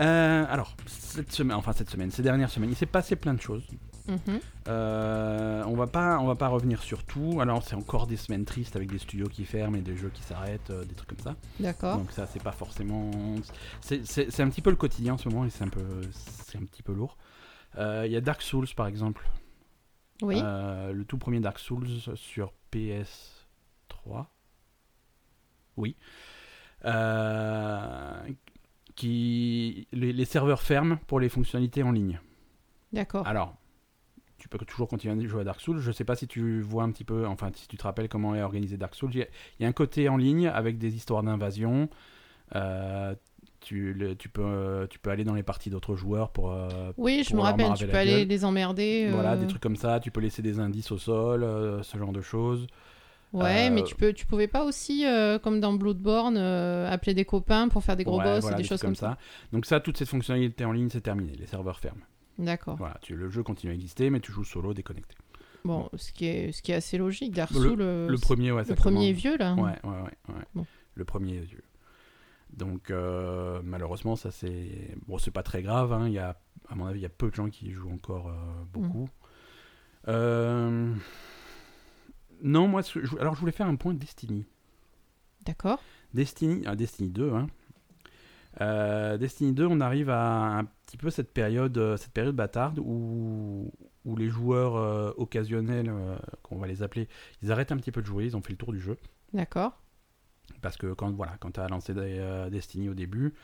A: Euh, alors, cette semaine, enfin cette semaine, ces dernières semaines, il s'est passé plein de choses.
B: Mhm.
A: Euh, on va pas, on va pas revenir sur tout. Alors, c'est encore des semaines tristes avec des studios qui ferment et des jeux qui s'arrêtent, euh, des trucs comme ça.
B: D'accord.
A: Donc ça, c'est pas forcément. C'est c'est- c'est un petit peu le quotidien en ce moment et c'est un peu, c'est un petit peu lourd. Euh, Il y a Dark Souls par exemple.
B: Oui.
A: Euh, le tout premier Dark Souls sur PS3. Oui. Euh, qui les, les serveurs ferment pour les fonctionnalités en ligne.
B: D'accord.
A: Alors, tu peux toujours continuer à jouer à Dark Souls. Je sais pas si tu vois un petit peu, enfin, si tu te rappelles comment est organisé Dark Souls. Il y a- il y, a un côté en ligne avec des histoires d'invasion. Euh, tu, le- tu, peux, euh, tu peux aller dans les parties d'autres joueurs pour. euh,
B: Oui, je
A: pour
B: me
A: leur
B: rappelle,
A: marver
B: tu
A: la
B: peux aller
A: gueule.
B: les emmerder. euh,
A: Voilà, des trucs comme ça. Tu peux laisser des indices au sol, euh, ce genre de choses.
B: Ouais,
A: Euh,
B: mais tu, peux, tu pouvais pas aussi, euh, comme dans Bloodborne, euh, appeler des copains pour faire des gros
A: Ouais,
B: boss
A: voilà,
B: et des, choses
A: trucs
B: comme ça.
A: Donc, ça, toute cette fonctionnalité en ligne, c'est terminé. Les serveurs ferment.
B: D'accord.
A: Voilà, tu, le jeu continue à exister, mais tu joues solo, déconnecté.
B: Bon, ce qui est, ce qui est assez logique. Dark
A: Le-
B: Souls, euh,
A: le
B: c'est-
A: premier, ouais,
B: le
A: ça
B: premier est
A: commence-
B: vieux, là.
A: Ouais, ouais, ouais. ouais.
B: Bon.
A: Le premier est vieux. Donc, euh, malheureusement, ça c'est. Bon, c'est pas très grave, hein, il y a, à mon avis, il y a peu de gens qui y jouent encore euh, beaucoup. Euh, Non, moi, ce- je- alors je voulais faire un point de Destiny.
B: D'accord.
A: Destiny, ah, Destiny 2, hein. Euh, Destiny 2, on arrive à un petit peu cette période, euh, cette période bâtarde où, où les joueurs euh, occasionnels, euh, qu'on va les appeler, ils arrêtent un petit peu de jouer, ils ont fait le tour du jeu.
B: D'accord.
A: Parce que quand, voilà, quand tu as lancé euh, Destiny au début,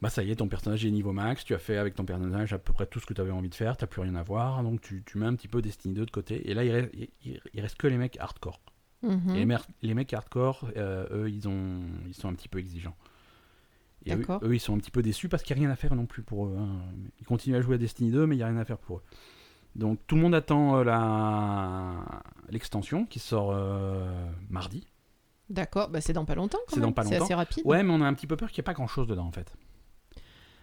A: bah ça y est, ton personnage est niveau max, tu as fait avec ton personnage à peu près tout ce que tu avais envie de faire, tu plus rien à voir, donc tu, tu mets un petit peu Destiny 2 de côté. Et là, il reste, il- il- il reste que les mecs hardcore.
B: Mhm.
A: Et Les, mer- les mecs hardcore, euh, eux, ils, ont, ils sont un petit peu exigeants. Et eux,
B: D'accord.
A: eux, ils sont un petit peu déçus parce qu'il n'y a rien à faire non plus pour eux. hein. Ils continuent à jouer à Destiny 2, mais il n'y a rien à faire pour eux. Donc tout le monde attend euh, la- l'extension qui sort euh, mardi.
B: D'accord. Bah, c'est dans pas longtemps, quand
A: C'est
B: même.
A: dans pas
B: C'est
A: longtemps.
B: assez rapide.
A: Ouais, mais on a un petit peu peur qu'il n'y ait pas grand-chose dedans, en fait.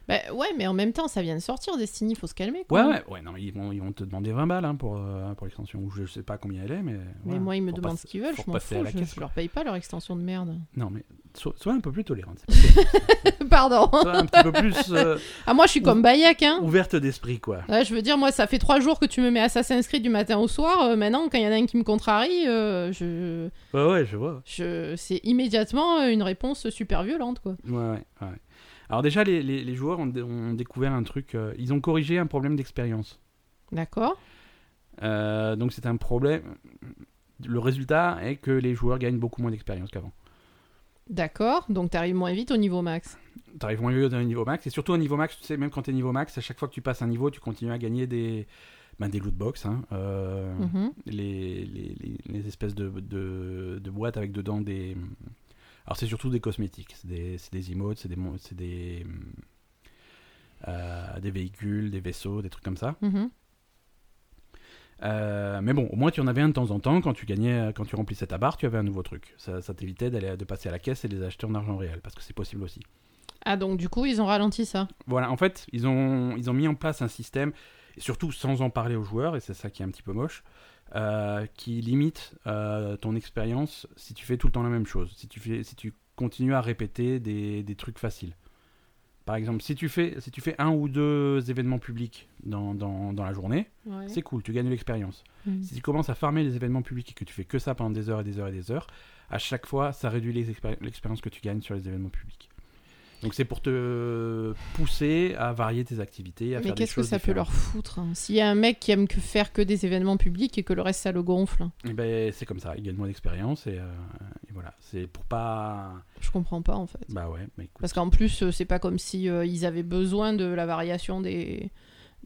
B: Bah, ouais, mais en même temps, ça vient de sortir, Destiny, faut se calmer. quand
A: Ouais,
B: même.
A: ouais, ouais, non, mais ils vont, ils vont te demander 20 balles hein, pour, euh, pour l'extension. Ou je sais pas combien elle est, mais...
B: Mais
A: voilà.
B: moi, ils me
A: Faut
B: demandent
A: passer-
B: ce qu'ils veulent,
A: faut
B: je m'en
A: repasser
B: fous,
A: à la
B: je,
A: caisse,
B: je leur paye pas leur extension de merde.
A: Non, mais so- sois un peu plus tolérante. c'est pas possible.
B: Pardon
A: sois un petit peu plus euh,
B: Ah, moi, je suis comme Bayak, hein
A: ouverte d'esprit, quoi.
B: Ouais, je veux dire, moi, ça fait trois jours que tu me mets Assassin's Creed du matin au soir. euh, maintenant, quand il y en a un qui me contrarie, euh, je,
A: Ouais, ouais, je vois.
B: je, c'est immédiatement euh, une réponse super violente, quoi.
A: Ouais, ouais, ouais. Alors déjà, les, les- les joueurs ont, dé- ont découvert un truc. euh, ils ont corrigé un problème d'expérience.
B: D'accord
A: Euh, donc c'est un problème. Le résultat est que les joueurs gagnent beaucoup moins d'expérience qu'avant.
B: D'accord, donc t'arrives moins vite au niveau max.
A: T'arrives moins vieux d'un niveau max. Et surtout un niveau max, tu sais, même quand t'es niveau max, à chaque fois que tu passes un niveau, tu continues à gagner des, ben, des loot box. hein, euh,
B: Mhm.
A: les, les- les- les espèces de, de- de boîtes avec dedans des. Alors, c'est surtout des cosmétiques. C'est des, c'est des emotes, c'est des, mon- c'est des, euh, des véhicules, des vaisseaux, des trucs comme ça.
B: mhm.
A: Euh, mais bon, au moins, tu en avais un de temps en temps. Quand tu, gagnais, quand tu remplissais ta barre, tu avais un nouveau truc. Ça, ça t'évitait d'aller de passer à la caisse et de les acheter en argent réel, parce que c'est possible aussi.
B: Ah, donc du coup, ils ont ralenti ça.
A: Voilà, en fait, ils ont, ils ont mis en place un système, et surtout sans en parler aux joueurs, et c'est ça qui est un petit peu moche, euh, qui limite euh, ton expérience si tu fais tout le temps la même chose, si tu, fais, si tu continues à répéter des, des trucs faciles. Par exemple, si tu fais, si tu fais un ou deux événements publics dans, dans, dans la journée,
B: Ouais.
A: c'est cool, tu gagnes de l'expérience.
B: Mm.
A: Si tu commences à farmer les événements publics et que tu fais que ça pendant des heures et des heures et des heures, à chaque fois, ça réduit les expéri- l'expérience que tu gagnes sur les événements publics. Donc c'est pour te pousser à varier tes activités, à
B: Mais
A: faire des
B: qu'est-ce que
A: choses
B: ça peut
A: différentes.
B: leur foutre hein S'il y a un mec qui aime que faire que des événements publics et que le reste, ça le gonfle, hein.
A: Eh ben, c'est comme ça, ils gagnent moins d'expérience et, euh, et voilà. C'est pour pas.
B: je comprends pas, en fait.
A: Bah ouais, mais écoute.
B: Parce qu'en plus, euh, c'est pas comme si euh, ils avaient besoin de la variation des,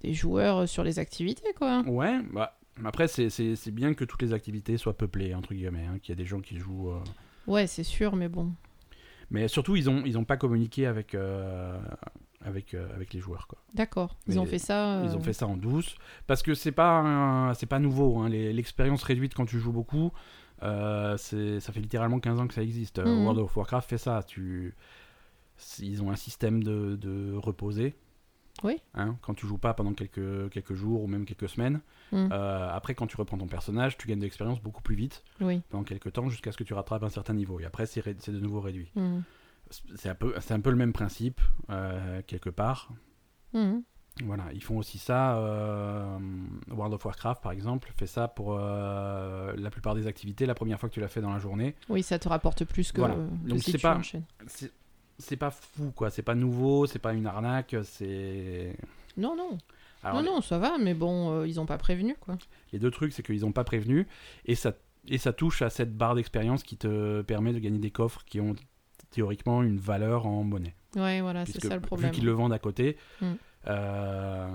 B: des joueurs euh, sur les activités, quoi.
A: Ouais, bah. Après, c'est- c'est c'est bien que toutes les activités soient peuplées, entre guillemets, hein, qu'il y a des gens qui jouent. euh,
B: Ouais, c'est sûr, mais bon.
A: Mais surtout, ils ont, ils ont pas communiqué avec, euh, avec, euh, avec les joueurs. Quoi.
B: D'accord. Ils ont
A: Mais
B: fait ça. euh,
A: Ils ont fait ça en douce. Parce que c'est pas, un- c'est pas nouveau. hein. Les- L'expérience réduite quand tu joues beaucoup, euh, c'est- ça fait littéralement 15 ans que ça existe. Euh,
B: Mhm.
A: World of Warcraft fait ça. Tu, c'est- ils ont un système de, de reposer.
B: Oui.
A: Hein, quand tu joues pas pendant quelques, quelques jours ou même quelques semaines.
B: Mhm.
A: Euh, après, quand tu reprends ton personnage, tu gagnes de l'expérience beaucoup plus vite
B: Oui.
A: pendant quelques temps jusqu'à ce que tu rattrapes un certain niveau. Et après, c'est ré- c'est de nouveau réduit.
B: Mhm.
A: C'est un, peu- c'est un peu le même principe, euh, quelque part.
B: Mhm.
A: Voilà, ils font aussi ça. euh, World of Warcraft, par exemple, fait ça pour euh, la plupart des activités la première fois que tu l'as fait dans la journée.
B: Oui, ça te rapporte plus que,
A: Voilà.
B: euh, que
A: Donc,
B: si
A: c'est
B: tu
A: pas-
B: enchaînes.
A: C'est- C'est pas fou, quoi. C'est pas nouveau, c'est pas une arnaque, c'est.
B: Non, non.
A: Alors,
B: non, non, ça va, mais bon, euh, ils ont pas prévenu, quoi.
A: Les deux trucs, c'est qu'ils n'ont pas prévenu et ça, et ça touche à cette barre d'expérience qui te permet de gagner des coffres qui ont théoriquement une valeur en monnaie.
B: Ouais, voilà, Ah, c'est
A: Puisque,
B: ça le
A: Vu
B: problème.
A: qu'ils le vendent à côté.
B: Mm.
A: euh,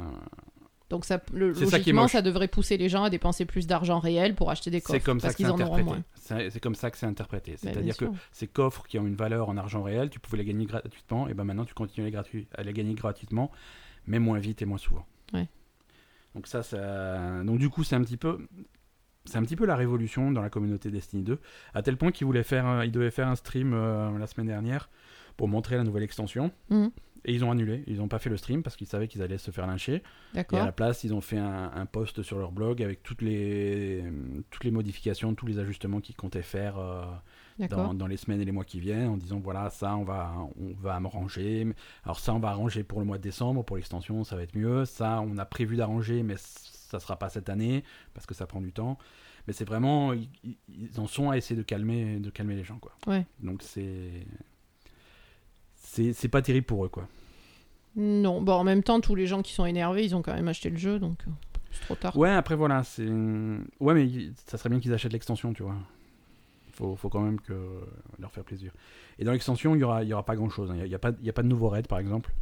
B: Donc, ça, le,
A: C'est ça qui est
B: logiquement,
A: moche.
B: ça, devrait pousser les gens à dépenser plus d'argent réel pour acheter des coffres.
A: c'est comme ça
B: parce
A: que c'est
B: qu'ils en auront
A: interprété.
B: moins.
A: C'est c'est comme ça que c'est interprété.
B: Bah, bien
A: C'est-à-dire que
B: sûr.
A: ces coffres qui ont une valeur en argent réel, tu pouvais les gagner gratuitement, et ben maintenant tu continues à les, gratu- à les gagner gratuitement, mais moins vite et moins souvent.
B: Ouais.
A: Donc ça, ça... donc du coup c'est un petit peu, c'est un petit peu la révolution dans la communauté Destiny 2, à tel point qu'ils voulaient faire, un- ils devaient faire un stream euh, la semaine dernière pour montrer la nouvelle extension.
B: Mhm.
A: Et ils ont annulé, ils n'ont pas fait le stream parce qu'ils savaient qu'ils allaient se faire lyncher. Et à
B: D'accord.
A: la place, ils ont fait un, un post sur leur blog avec toutes les, toutes les modifications, tous les ajustements qu'ils comptaient faire euh,
B: D'accord.
A: dans, dans les semaines et les mois qui viennent en disant voilà, ça, on va, on va arranger. Alors, ça, on va arranger pour le mois de décembre, pour l'extension, ça va être mieux. Ça, on a prévu d'arranger, mais ça sera pas cette année parce que ça prend du temps. Mais c'est vraiment, ils, ils- ils en sont à essayer de calmer, de calmer les gens. Quoi.
B: Ouais.
A: Donc, c'est. C'est c'est pas terrible pour eux, quoi.
B: Non, bon, en même temps, tous les gens qui sont énervés, ils ont quand même acheté le jeu, donc euh, c'est trop tard.
A: Ouais, après voilà, c'est. Ouais, mais y- ça serait bien qu'ils achètent l'extension, tu vois. Faut, faut quand même que leur faire plaisir. Et dans l'extension, il y aura, il y aura pas grand chose. Il n'y a, pas y a pas de nouveau raid, par exemple.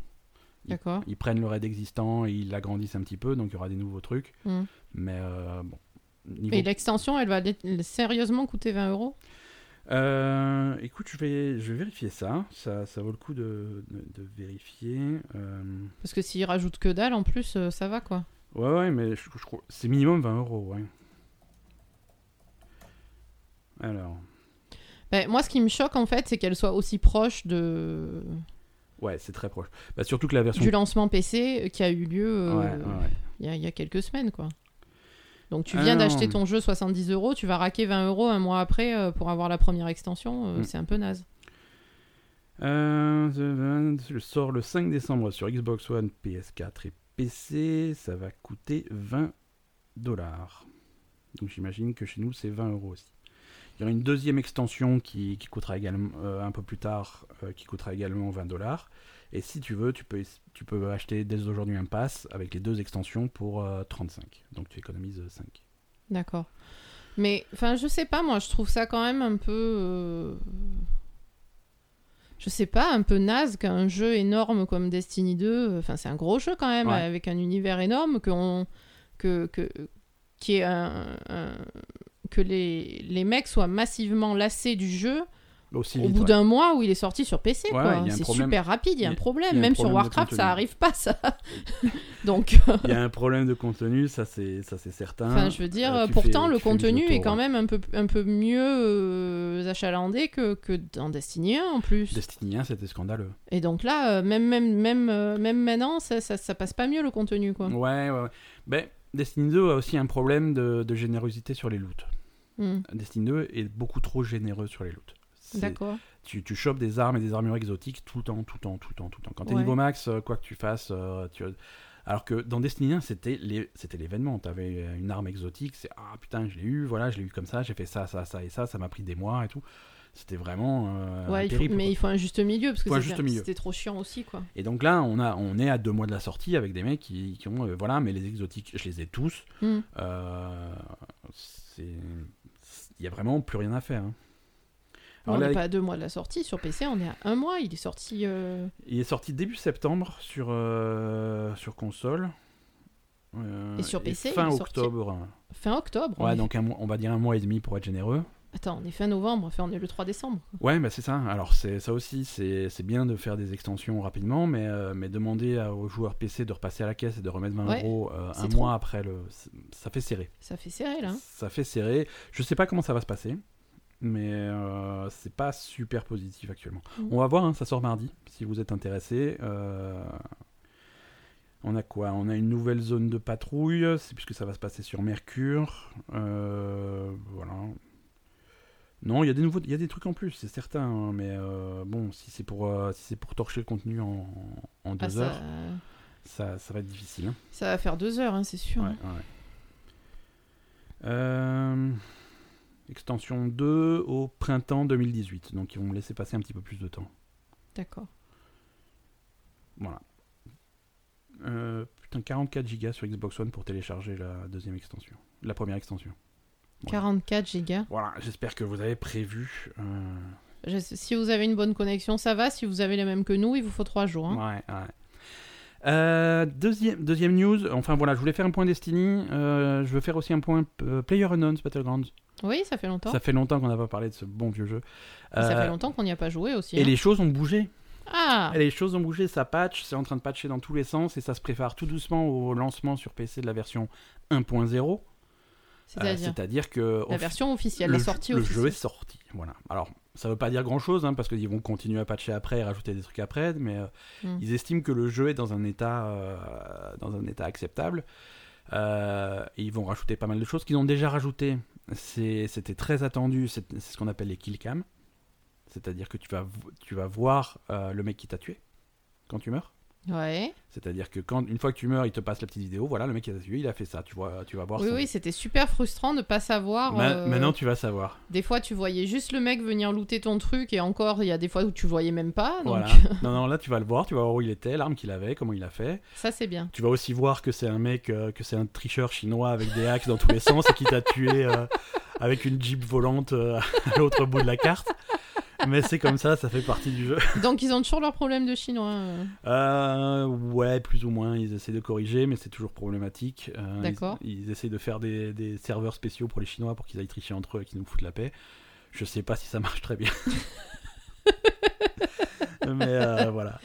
B: D'accord.
A: Ils prennent le raid existant et ils l'agrandissent un petit peu, donc il y aura des nouveaux trucs.
B: Mm.
A: Mais euh, bon. Niveau...
B: Et l'extension, elle va dé- sérieusement coûter 20 euros
A: Euh, écoute, je vais, je vais vérifier ça. ça. Ça vaut le coup de, de, de vérifier. Euh,
B: Parce que s'ils rajoutent que dalle, en plus, euh, ça va, quoi.
A: Ouais, ouais, mais je, je crois- c'est minimum 20 euros, ouais. Alors.
B: Ben, moi, ce qui me choque, en fait, c'est qu'elle soit aussi proche de...
A: Ouais, c'est très proche. Bah, surtout que la version
B: du lancement PC euh, qui a eu lieu euh,
A: Ouais, ouais, ouais.
B: il y a- il y, a quelques semaines, quoi. Donc tu
A: Ah
B: viens
A: non.
B: d'acheter ton jeu 70 euros, tu vas raquer 20 euros un mois après euh, pour avoir la première extension, euh,
A: Mm.
B: c'est un peu naze.
A: Euh, The Vent, je sors le 5 décembre sur Xbox One, PS4 et PC. Ça va coûter 20 dollars. Donc j'imagine que chez nous, c'est 20 euros aussi. Il y aura une deuxième extension qui, qui coûtera également euh, un peu plus tard, euh, qui coûtera également 20 dollars. Et si tu veux, tu peux, tu peux acheter dès aujourd'hui un pass avec les deux extensions pour euh, 35. Donc tu économises 5.
B: D'accord. Mais enfin, je sais pas, moi, je trouve ça quand même un peu. euh, Je sais pas, un peu naze qu'un jeu énorme comme Destiny 2, enfin, c'est un gros jeu quand même,
A: Ouais.
B: avec un univers énorme, que on... que, que... qui est un- un- que les... les mecs soient massivement lassés du jeu
A: Aussi
B: au
A: vite,
B: bout
A: ouais.
B: d'un mois où il est sorti sur PC.
A: Ouais,
B: quoi.
A: ouais, il y a un
B: c'est
A: problème.
B: super rapide, il y a un
A: il
B: problème.
A: y a un
B: Même sur
A: problème de
B: Warcraft, ça
A: contenu.
B: arrive pas, ça. Donc, euh,
A: Il y a un problème de contenu, ça c'est ça, c'est certain.
B: Enfin, je veux dire,
A: Euh,
B: euh,
A: tu
B: pourtant,
A: fais-
B: le
A: tu fais
B: contenu
A: le tour,
B: est quand
A: ouais.
B: même un peu, un peu mieux euh, achalandé que, que dans Destiny 1 en plus.
A: Destiny 1, c'était scandaleux.
B: Et donc là, euh, même, même, même, euh, même maintenant, ça, ça, ça passe pas mieux le contenu, quoi.
A: Ouais, ouais, ouais. Ben, Destiny 2 a aussi un problème de, de générosité sur les loots.
B: Hmm,
A: Destiny 2 est beaucoup trop généreux sur les loots. C'est-
B: D'accord.
A: Tu, tu chopes des armes et des armures exotiques tout le temps, tout le temps, tout le temps, tout le temps. Quand t'es
B: Ouais.
A: niveau max, euh, quoi que tu fasses, euh, tu... alors que dans Destiny 1, c'était les- c'était l'événement. T'avais euh, une arme exotique, c'est ah putain, je l'ai eu, voilà, je l'ai eu comme ça, j'ai fait ça, ça, ça et ça, ça m'a pris des mois et tout. C'était vraiment euh,
B: Ouais, il faut-
A: terrible.
B: mais
A: quoi.
B: il faut un juste milieu parce que
A: Faut un
B: c'est-
A: juste milieu.
B: c'était trop chiant aussi, quoi.
A: Et donc là, on, a, on est à deux mois de la sortie avec des mecs qui, qui ont. euh, voilà, mais les exotiques, je les ai tous.
B: Hmm.
A: Euh, c'est- Il n'y a vraiment plus rien à faire. hein. Alors
B: on
A: là,
B: n'est pas à deux mois de la sortie sur PC, on est à un mois. Il est sorti. euh,
A: Il est sorti début septembre sur, euh, sur console. Euh,
B: Et sur PC,
A: Fin
B: il est sorti-
A: octobre.
B: Fin octobre. on
A: Ouais,
B: est-
A: donc un mois- on va dire un mois et demi pour être généreux.
B: Attends, on est fin novembre, enfin on est le 3 décembre. quoi.
A: Ouais, bah c'est ça. Alors c'est ça aussi, c'est c'est bien de faire des extensions rapidement, mais, euh, mais demander à- aux joueurs PC de repasser à la caisse et de remettre 20
B: Ouais,
A: euros euh, un
B: c'est trop.
A: mois après, le, c'est- ça fait serré.
B: Ça fait serré là. hein.
A: Ça fait serré. Je sais pas comment ça va se passer, mais euh, c'est pas super positif actuellement.
B: Mm.
A: On va voir, hein, ça sort mardi, si vous êtes intéressé. Euh, On a quoi On a une nouvelle zone de patrouille, c'est puisque ça va se passer sur Mercure. Euh, voilà. Non, il y a des nouveaux, il y a des trucs en plus, c'est certain. hein, mais euh, bon, si c'est pour, euh, si c'est pour torcher le contenu en, en
B: Ah,
A: deux
B: ça...
A: heures, ça, ça va être difficile. hein.
B: ça va faire deux heures, hein, c'est sûr.
A: Ouais,
B: hein.
A: ouais. Euh, Extension 2 au printemps 2018. Donc ils vont me laisser passer un petit peu plus de temps.
B: D'accord.
A: Voilà. Euh, putain, 44 gigas sur Xbox One pour télécharger la deuxième extension. La première extension. Ouais.
B: 44 gigas.
A: Voilà, j'espère que vous avez prévu. euh,
B: Je- si vous avez une bonne connexion, ça va. Si vous avez la même que nous, il vous faut trois jours. hein.
A: Ouais, ouais. Euh, deuxième, deuxième news, enfin voilà, je voulais faire un point Destiny, euh, je veux faire aussi un point euh, Player Unknown's Battlegrounds.
B: Oui, ça fait longtemps.
A: Ça fait longtemps qu'on n'a pas parlé de ce bon vieux jeu.
B: Et ça
A: Euh,
B: fait longtemps qu'on n'y a pas joué aussi.
A: Et
B: hein.
A: les Euh, choses ont bougé.
B: Ah,
A: Les choses ont bougé, ça patch, c'est en train de patcher dans tous les sens et ça se prépare tout doucement au lancement sur PC de la version 1.0. Euh,
B: C'est-à-dire
A: C'est-à-dire que
B: la
A: offi-
B: version officielle,
A: le,
B: la sortie
A: le
B: officielle.
A: jeu est sorti. Voilà. Alors, ça veut pas dire grand-chose, hein, parce qu'ils vont continuer à patcher après et rajouter des trucs après, mais euh,
B: Mm.
A: ils estiment que le jeu est dans un état, euh, dans un état acceptable. Euh, et ils vont rajouter pas mal de choses qu'ils ont déjà rajoutées. C'est- C'était très attendu, c'est c'est ce qu'on appelle les kill cam. C'est-à-dire que tu vas, vo- tu vas voir euh, le mec qui t'a tué quand tu meurs.
B: Ouais.
A: C'est-à-dire que quand une fois que tu meurs, il te passe la petite vidéo. Voilà, le mec qui t'a tué, il a fait ça. Tu vois, tu vas voir.
B: Oui,
A: ça.
B: oui, c'était super frustrant de pas savoir.
A: Ma-
B: euh,
A: Maintenant, tu vas savoir.
B: Des fois, tu voyais juste le mec venir looter ton truc, et encore, il y a des fois où tu voyais même pas. Ah, Donc,
A: Voilà. non, non, là tu vas le voir, tu vas voir où il était, l'arme qu'il avait, comment il a fait.
B: ça, c'est bien.
A: Tu vas aussi voir que c'est un mec, euh, que c'est un tricheur chinois avec des hacks dans tous les sens et qui t'a tué euh, avec une jeep volante euh, à l'autre bout de la carte. Mais c'est comme ça, ça fait partie du jeu.
B: Donc, ils ont toujours leur problème de chinois. euh.
A: Euh, ouais, plus ou moins, ils essaient de corriger, mais c'est toujours problématique. Euh, ils-
B: D'accord.
A: Ils, essaient de faire des, des serveurs spéciaux pour les Chinois pour qu'ils aillent tricher entre eux et qu'ils nous foutent la paix. Je sais pas si ça marche très bien. mais euh, voilà.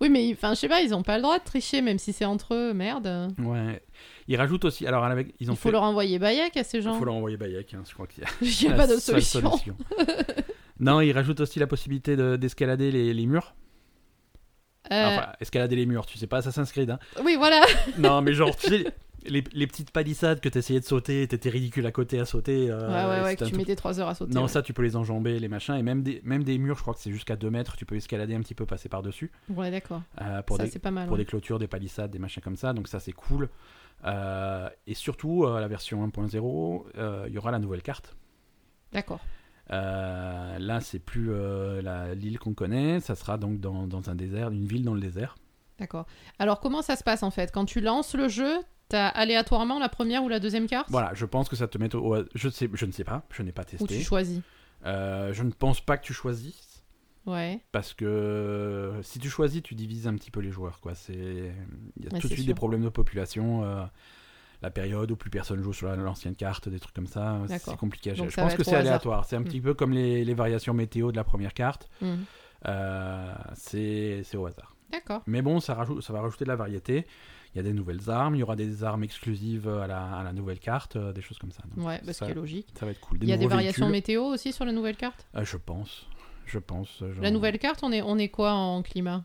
B: Oui, mais enfin, je sais pas, ils ont pas le droit de tricher, même si c'est entre eux, merde.
A: Ouais. Ils rajoutent aussi. Alors, avec, ils ont
B: Il faut
A: fait.
B: leur envoyer Bayak à ces
A: Il
B: gens.
A: faut leur envoyer Bayek, hein, je crois qu'il y a,
B: Il n'y a
A: la
B: pas de
A: seule
B: solution.
A: non, ils rajoutent aussi la possibilité de- d'escalader les, les murs.
B: Euh,
A: Enfin, escalader les murs, tu sais pas, Assassin's Creed. Hein.
B: Oui, voilà.
A: non, mais genre, tu sais, les, les petites palissades que t'essayais de sauter, t'étais ridicule à côté à sauter. euh,
B: ouais, ouais, ouais,
A: c'était
B: que
A: un
B: tu
A: tout-
B: mettais 3 heures à sauter.
A: Non,
B: ouais.
A: ça, tu peux les enjamber, les machins. Et même des, même des murs, je crois que c'est jusqu'à 2 mètres, tu peux escalader un petit peu, passer par-dessus.
B: Ouais, d'accord.
A: euh, pour
B: Ça,
A: des-
B: c'est pas mal.
A: pour
B: Ah ouais.
A: des clôtures, des palissades, des machins comme ça. Donc ça, c'est cool. Euh, et surtout, euh, la version 1.0, euh, il y aura la nouvelle carte.
B: D'accord.
A: Euh, là, c'est plus euh, la- l'île qu'on connaît. Ça sera donc dans, dans un désert, une ville dans le désert.
B: D'accord. Alors, comment ça se passe en fait Quand tu lances le jeu, t'as aléatoirement la première ou la deuxième carte
A: Voilà, je pense que ça te met au... au- Je, sais, je ne sais pas, je n'ai pas
B: Ou tu
A: testé.
B: choisis
A: Euh, je ne pense pas que tu choisisses.
B: Ouais.
A: Parce que euh, si tu choisis, tu divises un petit peu les joueurs. Quoi. C'est- Il y a
B: Ouais,
A: tout de
B: c'est
A: suite
B: sûr.
A: des problèmes de population. euh, la période où plus personne joue sur la- l'ancienne carte, des trucs comme ça. hein, C'est
B: D'accord.
A: compliqué à gérer.
B: Donc
A: Je
B: ça
A: pense
B: va
A: que
B: être au
A: c'est
B: hasard.
A: aléatoire. C'est un
B: Mm.
A: petit peu comme les, les variations météo de la première carte.
B: Mhm.
A: Euh, c'est c'est au hasard.
B: D'accord.
A: Mais bon, ça, rajoute, ça va rajouter de la variété. Il y a des nouvelles armes, il y aura des armes exclusives à la, à la nouvelle carte, euh, des choses comme ça. Donc,
B: Ouais, bah, ce
A: ça,
B: qui est logique.
A: ça va être cool. Des
B: Il y a des
A: nouveaux
B: variations
A: véhicules.
B: météo aussi sur la nouvelle carte
A: Euh, je pense. Je pense. euh, genre-
B: La nouvelle carte, on est, on est quoi en climat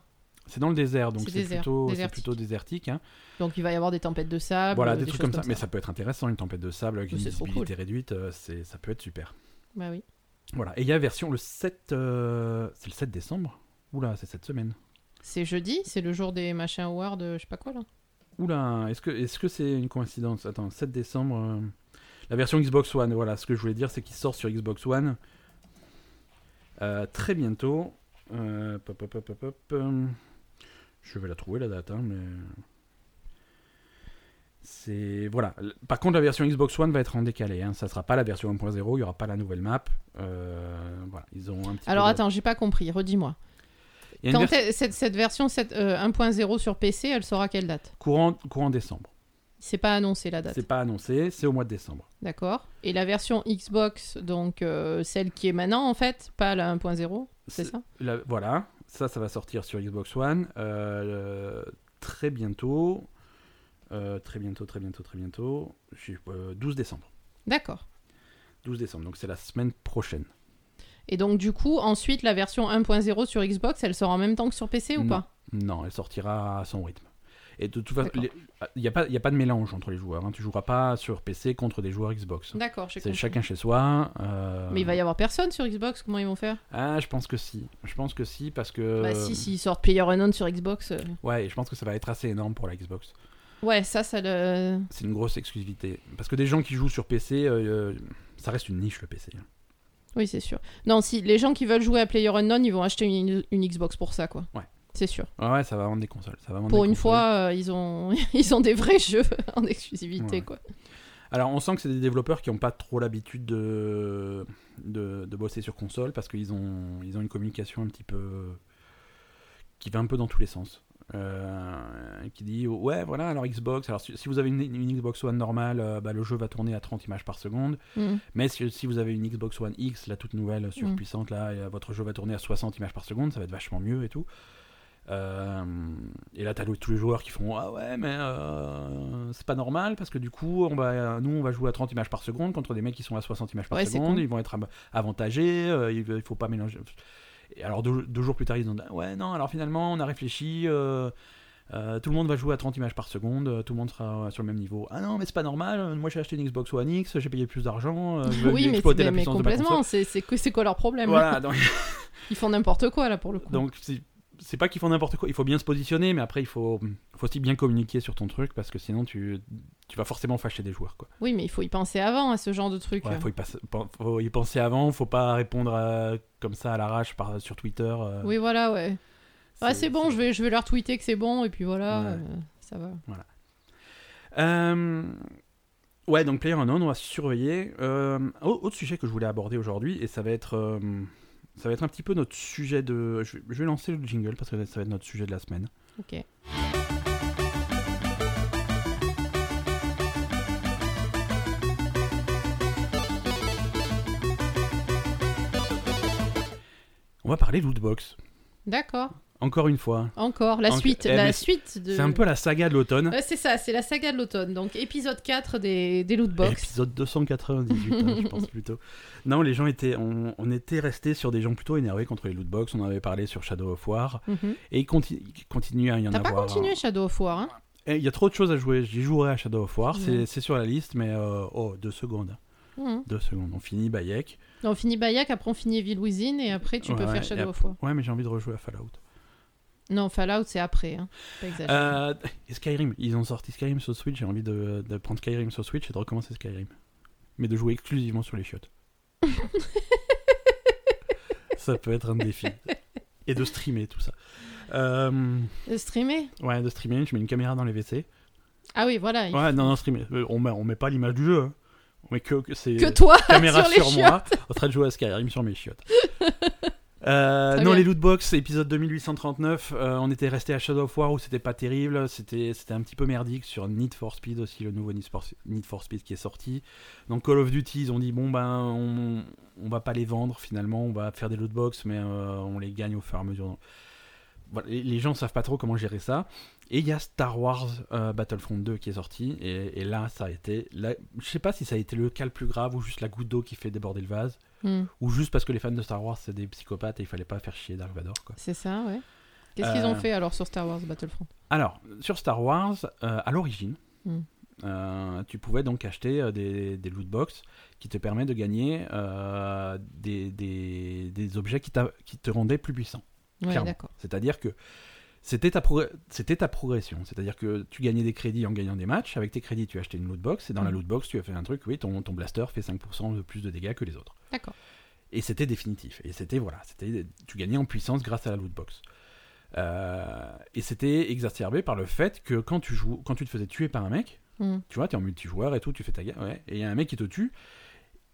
A: C'est dans le désert, donc
B: C'est
A: c'est
B: désert,
A: plutôt, c'est
B: désertique.
A: plutôt désertique. hein.
B: Donc, il va y avoir des tempêtes de sable.
A: voilà,
B: euh,
A: des, trucs
B: choses
A: comme ça. Mais ça peut être intéressant, une tempête de sable avec
B: Mais
A: une
B: c'est trop
A: visibilité réduite, euh, c'est- ça peut être super.
B: Bah oui.
A: Voilà. Et il y a version le 7. euh, C'est le 7 décembre Oula, c'est cette semaine.
B: C'est jeudi, c'est le jour des machins awards, euh, je sais pas quoi là.
A: Oula, est-ce que est-ce que c'est une coïncidence Attends, 7 décembre. euh, La version Xbox One, voilà, ce que je voulais dire, c'est qu'il sort sur Xbox One euh, très bientôt. Euh, pop, pop, pop, pop, pop, euh, Je vais la trouver la date, hein, mais. C'est. Voilà. L- Par contre, la version Xbox One va être en décalé. Hein. Ça sera pas la version 1.0, il y aura pas la nouvelle map. Euh, voilà, ils ont un petit
B: Alors
A: peu de-
B: attends, j'ai pas compris, redis-moi.
A: Il y a une
B: Quand
A: version
B: est- cette, cette version cette, euh, 1.0 sur PC, elle sort à quelle date
A: courant, courant décembre.
B: C'est pas annoncé la date,
A: C'est pas annoncé, c'est au mois de décembre.
B: d'accord Et la version Xbox, donc euh, celle qui est maintenant en fait, pas la 1.0, c'est ça
A: La- voilà, ça, ça va sortir sur Xbox One euh, le- très bientôt. Euh, très bientôt, très bientôt, très bientôt. J'ai- euh, 12 décembre.
B: D'accord.
A: 12 décembre, donc c'est la semaine prochaine.
B: Et donc du coup, ensuite la version 1.0 sur Xbox, elle sort en même temps que sur PC ou
A: Non.
B: pas
A: Non, elle sortira à son rythme. Et de toute façon,
B: D'accord.
A: il n'y a, pas- y a pas de mélange entre les joueurs. hein. Tu joueras pas sur PC contre des joueurs Xbox.
B: D'accord, j'ai
A: C'est
B: compris.
A: chacun chez soi. euh,
B: Mais il va y avoir personne sur Xbox, comment ils vont faire
A: Ah, je pense que si. Je pense que si, parce que.
B: Bah si, s'ils sortent PlayerUnknown sur Xbox. euh,
A: Ouais, et je pense que ça va être assez énorme pour la Xbox.
B: Ouais, ça, ça le...
A: C'est une grosse exclusivité. Parce que des gens qui jouent sur PC, euh, ça reste une niche le PC.
B: Oui, c'est sûr. Non, si les gens qui veulent jouer à PlayerUnknown, ils vont acheter une, une Xbox pour ça, quoi.
A: Ouais.
B: C'est sûr.
A: Ah ouais, ça va vendre des consoles. Ça va vendre
B: Pour
A: des
B: une
A: consoles.
B: fois, euh, ils, ont... ils ont des vrais jeux en exclusivité,
A: Ouais.
B: quoi.
A: Alors, on sent que c'est des développeurs qui n'ont pas trop l'habitude de... De... de bosser sur console parce qu'ils ont... Ils ont une communication un petit peu. qui va un peu dans tous les sens. Euh, qui dit ouais voilà alors Xbox alors si, si vous avez une, une Xbox One normale euh, bah, le jeu va tourner à 30 images par seconde
B: Mm.
A: mais si, si vous avez une Xbox One euh, X la toute nouvelle surpuissante là et, euh, votre jeu va tourner à 60 images par seconde ça va être vachement mieux et tout Euh, et là, t'as le- tous les joueurs qui font Ah ouais, mais euh, c'est pas normal parce que du coup, on va, euh, nous, on va jouer à 30 images par seconde contre des mecs qui sont à 60 images par
B: Ouais, c'est
A: seconde,
B: con.
A: ils vont être av- avantagés, euh, il il faut pas mélanger. Et alors, deux, deux jours plus tard, ils disent Ouais, non, alors finalement, on a réfléchi, euh, euh, tout le monde va jouer à 30 images par seconde, euh, tout le monde sera sur le même niveau. Ah non, mais c'est pas normal, euh, moi j'ai acheté une Xbox One X, j'ai payé plus d'argent, euh, je veux
B: oui, mais,
A: exploiter
B: mais-
A: la
B: mais
A: puissance de ma console.
B: complètement, c'est c'est quoi, c'est quoi leur problème là
A: Voilà, donc-
B: Ils font n'importe quoi là pour le coup.
A: donc, c'est- c'est pas qu'ils font n'importe quoi. Il faut bien se positionner, mais après, il faut, faut aussi bien communiquer sur ton truc parce que sinon, tu, tu vas forcément fâcher des joueurs. Quoi.
B: Oui, mais il faut y penser avant à ce genre de truc.
A: Ouais, faut, y passe- pen- faut y penser avant, faut pas répondre à- comme ça à l'arrache par- sur Twitter. euh,
B: Oui, voilà, ouais. Ouais, c'est bon, je vais, je vais leur tweeter que c'est bon, et puis voilà,
A: Ouais.
B: euh, ça va.
A: Euh, Ouais, donc PlayerUnknown, on va surveiller. Euh, au- autre sujet que je voulais aborder aujourd'hui, et ça va être. euh, Ça va être un petit peu notre sujet de. Je vais, je vais lancer le jingle parce que ça va être notre sujet de la semaine.
B: Ok.
A: On va parler lootbox.
B: D'accord.
A: Encore une fois.
B: Encore, la
A: Ok.
B: suite.
A: Eh, mais
B: La suite de...
A: C'est un peu la saga de l'automne.
B: Ouais, c'est ça, c'est la saga de l'automne. Donc, épisode 4 des, des loot box.
A: Épisode 298, hein, je pense plutôt. Non, les gens étaient, on, on était restés sur des gens plutôt énervés contre les lootbox. On en avait parlé sur Shadow of War
B: Mhm.
A: et il conti- il continue à y en
B: T'as pas
A: avoir.
B: continué Shadow of War, hein
A: Et Il y a trop de choses à jouer. J'y jouerai à Shadow of War. C'est-
B: Ouais.
A: C'est sur la liste, mais euh, oh, deux secondes,
B: Mhm.
A: deux secondes. On finit Bayek.
B: Non, on finit Bayak, après on finit Evil Within, et après tu peux
A: Ouais,
B: faire
A: et
B: Shadow
A: ap-
B: of War.
A: Ouais, mais j'ai envie de rejouer à Fallout.
B: Non, Fallout, c'est après. Hein. Pas exagéré.
A: Euh, et Skyrim, ils ont sorti Skyrim sur Switch. J'ai envie de, de prendre Skyrim sur Switch et de recommencer Skyrim, mais de jouer exclusivement sur les chiottes. ça peut être un défi. Et de streamer tout ça. Euh,
B: Euh, Streamer
A: ouais, de streamer. Je mets une caméra dans les WC.
B: Ah oui, voilà. il-
A: Ouais, non, non, streamer. Euh, On met, on met pas l'image du jeu. hein. On met que, que c'est
B: Que toi,
A: caméra
B: sur les
A: sur, moi en train de jouer à Skyrim sur mes chiottes. Euh,
B: Très
A: non,
B: bien.
A: les lootbox, épisode 2839, euh, on était resté à Shadow of War où c'était pas terrible, c'était c'était un petit peu merdique sur Need for Speed aussi, le nouveau Need for, Need for Speed qui est sorti. Dans Call of Duty, ils ont dit bon ben on, on va pas les vendre finalement, on va faire des lootbox mais euh, on les gagne au fur et à mesure. Voilà, les- les gens savent pas trop comment gérer ça. Et il y a Star Wars euh, Battlefront 2 qui est sorti, et, et là ça a été, là, je sais pas si ça a été le cas le plus grave ou juste la goutte d'eau qui fait déborder le vase,
B: Hmm,
A: ou juste parce que les fans de Star Wars c'est des psychopathes et il fallait pas faire chier Dark Vador quoi.
B: c'est ça, ouais. Qu'est-ce qu'ils ont
A: Euh,
B: fait alors sur Star Wars Battlefront
A: Alors sur Star Wars, euh, à l'origine,
B: Mm.
A: euh, tu pouvais donc acheter euh, des, des loot box qui te permettent de gagner euh, des, des- des objets qui, t'a- qui te rendaient plus puissant.
B: Ouais,
A: clairement.
B: d'accord.
A: C'est-à-dire que c'était ta, progr- c'était ta progression. C'est-à-dire que tu gagnais des crédits en gagnant des matchs. Avec tes crédits, tu achetais une loot box. Et dans la
B: Mhm.
A: loot box, tu as fait un truc. Oui, ton, ton blaster fait 5% de plus de dégâts que les autres.
B: D'accord.
A: Et c'était définitif. Et c'était, voilà, c'était, tu gagnais en puissance grâce à la loot box. Euh, et c'était exacerbé par le fait que quand tu, joues, quand tu te faisais tuer par un mec,
B: Hmm.
A: tu vois, t'es en multijoueur et tout, tu fais ta guerre, ouais, et il y a un mec qui te tue,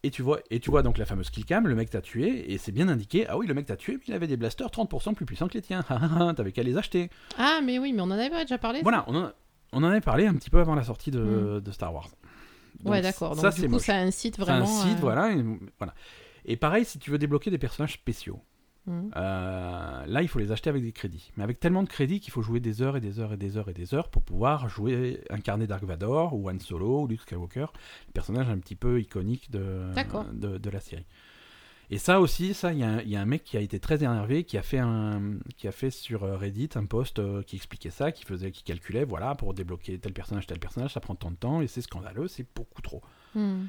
A: et tu vois, et tu vois donc la fameuse killcam, le mec t'a tué, et c'est bien indiqué, ah oui, le mec t'a tué, mais il avait des blasters 30% plus puissants que les tiens, Ah, ah, ah, t'avais qu'à les acheter.
B: Ah, mais oui, mais on en avait déjà parlé. ça
A: Voilà, on en, on en avait parlé un petit peu avant la sortie de, de Star Wars. Donc,
B: Mm. ouais, d'accord.
A: Ça,
B: Donc, du
A: c'est
B: coup,
A: moche.
B: ça incite
A: C'est un
B: vraiment. euh,
A: site,
B: à-
A: voilà, et, voilà. Et pareil, si tu veux débloquer des personnages spéciaux,
B: Hmm.
A: euh, là, il faut les acheter avec des crédits. Mais avec tellement de crédits qu'il faut jouer des heures et des heures et des heures et des heures pour pouvoir jouer, incarner Dark Vador ou Han Solo ou Luke Skywalker, les personnages un petit peu iconiques de,
B: D'accord.
A: de, de la série. Et ça aussi, ça, il y, a un- il y a un mec qui a été très énervé, qui a fait, un, qui a fait sur euh, Reddit un post euh, qui expliquait ça, qui faisait, qui calculait, voilà, pour débloquer tel personnage, tel personnage, ça prend tant de temps et c'est scandaleux, c'est beaucoup trop.
B: Hmm.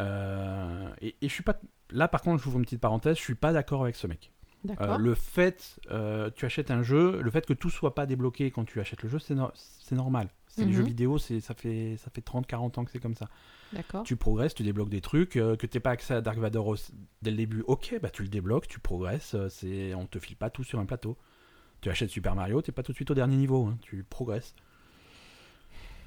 A: Euh, et, et je suis pas, là par contre, je vous fais une petite parenthèse, je suis pas d'accord avec ce mec. Euh,
B: D'accord.
A: le fait, euh, tu achètes un jeu, le fait que tout soit pas débloqué quand tu achètes le jeu, c'est no- c'est normal. C'est les
B: Mhm.
A: jeux vidéo, c'est ça fait ça fait 30 40 ans que c'est comme ça.
B: D'accord.
A: Tu progresses, tu débloques des trucs euh, que t'es pas accès à Dark Vador au- dès le début. OK, bah tu le débloques, tu progresses, euh, c'est on te file pas tout sur un plateau. Tu achètes Super Mario, t'es pas tout de suite au dernier niveau, hein, tu progresses.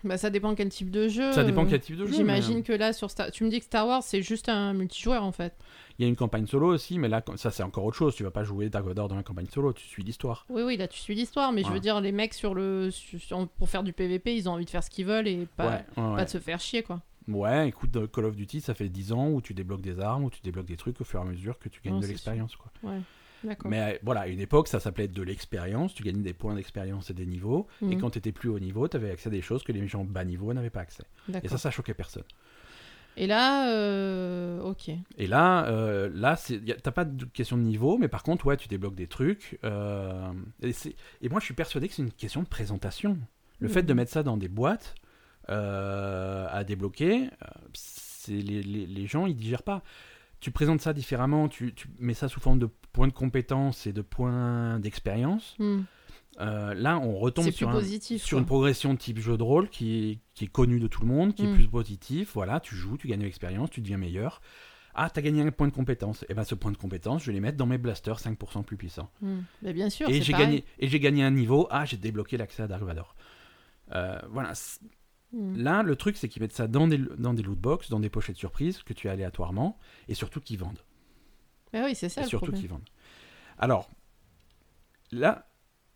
B: Bah, ça dépend quel type de jeu.
A: Ça dépend
B: euh,
A: quel type de jeu.
B: J'imagine
A: mais-
B: que là, sur Star... tu me dis que Star Wars, c'est juste un multijoueur en fait.
A: Il y a une campagne solo aussi, mais là ça c'est encore autre chose, tu vas pas jouer Dark Vador dans la campagne solo, tu suis l'histoire.
B: Oui, oui, là, tu suis l'histoire, mais je
A: Ouais.
B: veux dire, les mecs sur le sur- sur- pour faire du PVP, ils ont envie de faire ce qu'ils veulent et pas,
A: Ouais, ouais,
B: pas
A: ouais.
B: de se faire chier quoi.
A: Ouais, écoute, dans Call of Duty, ça fait 10 ans où tu débloques des armes, où tu débloques des trucs au fur et à mesure que tu gagnes
B: Non,
A: de
B: c'est
A: l'expérience. quoi.
B: Ouais. D'accord.
A: Mais euh, voilà, à une époque, ça s'appelait de l'expérience. Tu gagnais des points d'expérience et des niveaux. Et
B: Mhm.
A: quand tu étais plus haut niveau, tu avais accès à des choses que les gens bas niveau n'avaient pas accès. Et
B: D'accord.
A: ça, ça choquait personne.
B: Et là, euh, ok.
A: Et là, euh, là c'est- y a- t'as pas de question de niveau, mais par contre, ouais, tu débloques des trucs. euh, et, c'est- et moi, je suis persuadé que c'est une question de présentation. Le
B: Mhm.
A: fait de mettre ça dans des boîtes euh, à débloquer, euh, c'est les, les- les gens, ils digèrent pas. Tu présentes ça différemment, tu, tu mets ça sous forme de points de compétences et de points d'expérience.
B: Hmm.
A: Euh, là, on retombe
B: C'est
A: sur,
B: plus
A: un-
B: positif.
A: sur
B: quoi.
A: une progression type jeu de rôle qui est, qui est connue de tout le monde, qui est
B: Mm.
A: plus positif. Voilà, tu joues, tu gagnes de l'expérience, tu deviens meilleur. Ah, t'as gagné un point de compétence. Et ben ce point de compétence, je vais les mettre dans mes blasters 5% plus puissants.
B: Hmm. Mais bien sûr.
A: Et
B: c'est
A: j'ai
B: pareil.
A: gagné, et j'ai gagné un niveau. Ah, j'ai débloqué l'accès à Daruvador. Euh, voilà. c-
B: Hmm.
A: Là, le truc, c'est qu'ils mettent ça dans des, dans des loot box, dans des pochettes surprises que tu as aléatoirement, et surtout qu'ils vendent.
B: Mais oui, c'est ça
A: Et
B: le
A: surtout
B: problème.
A: qu'ils vendent. Alors, là,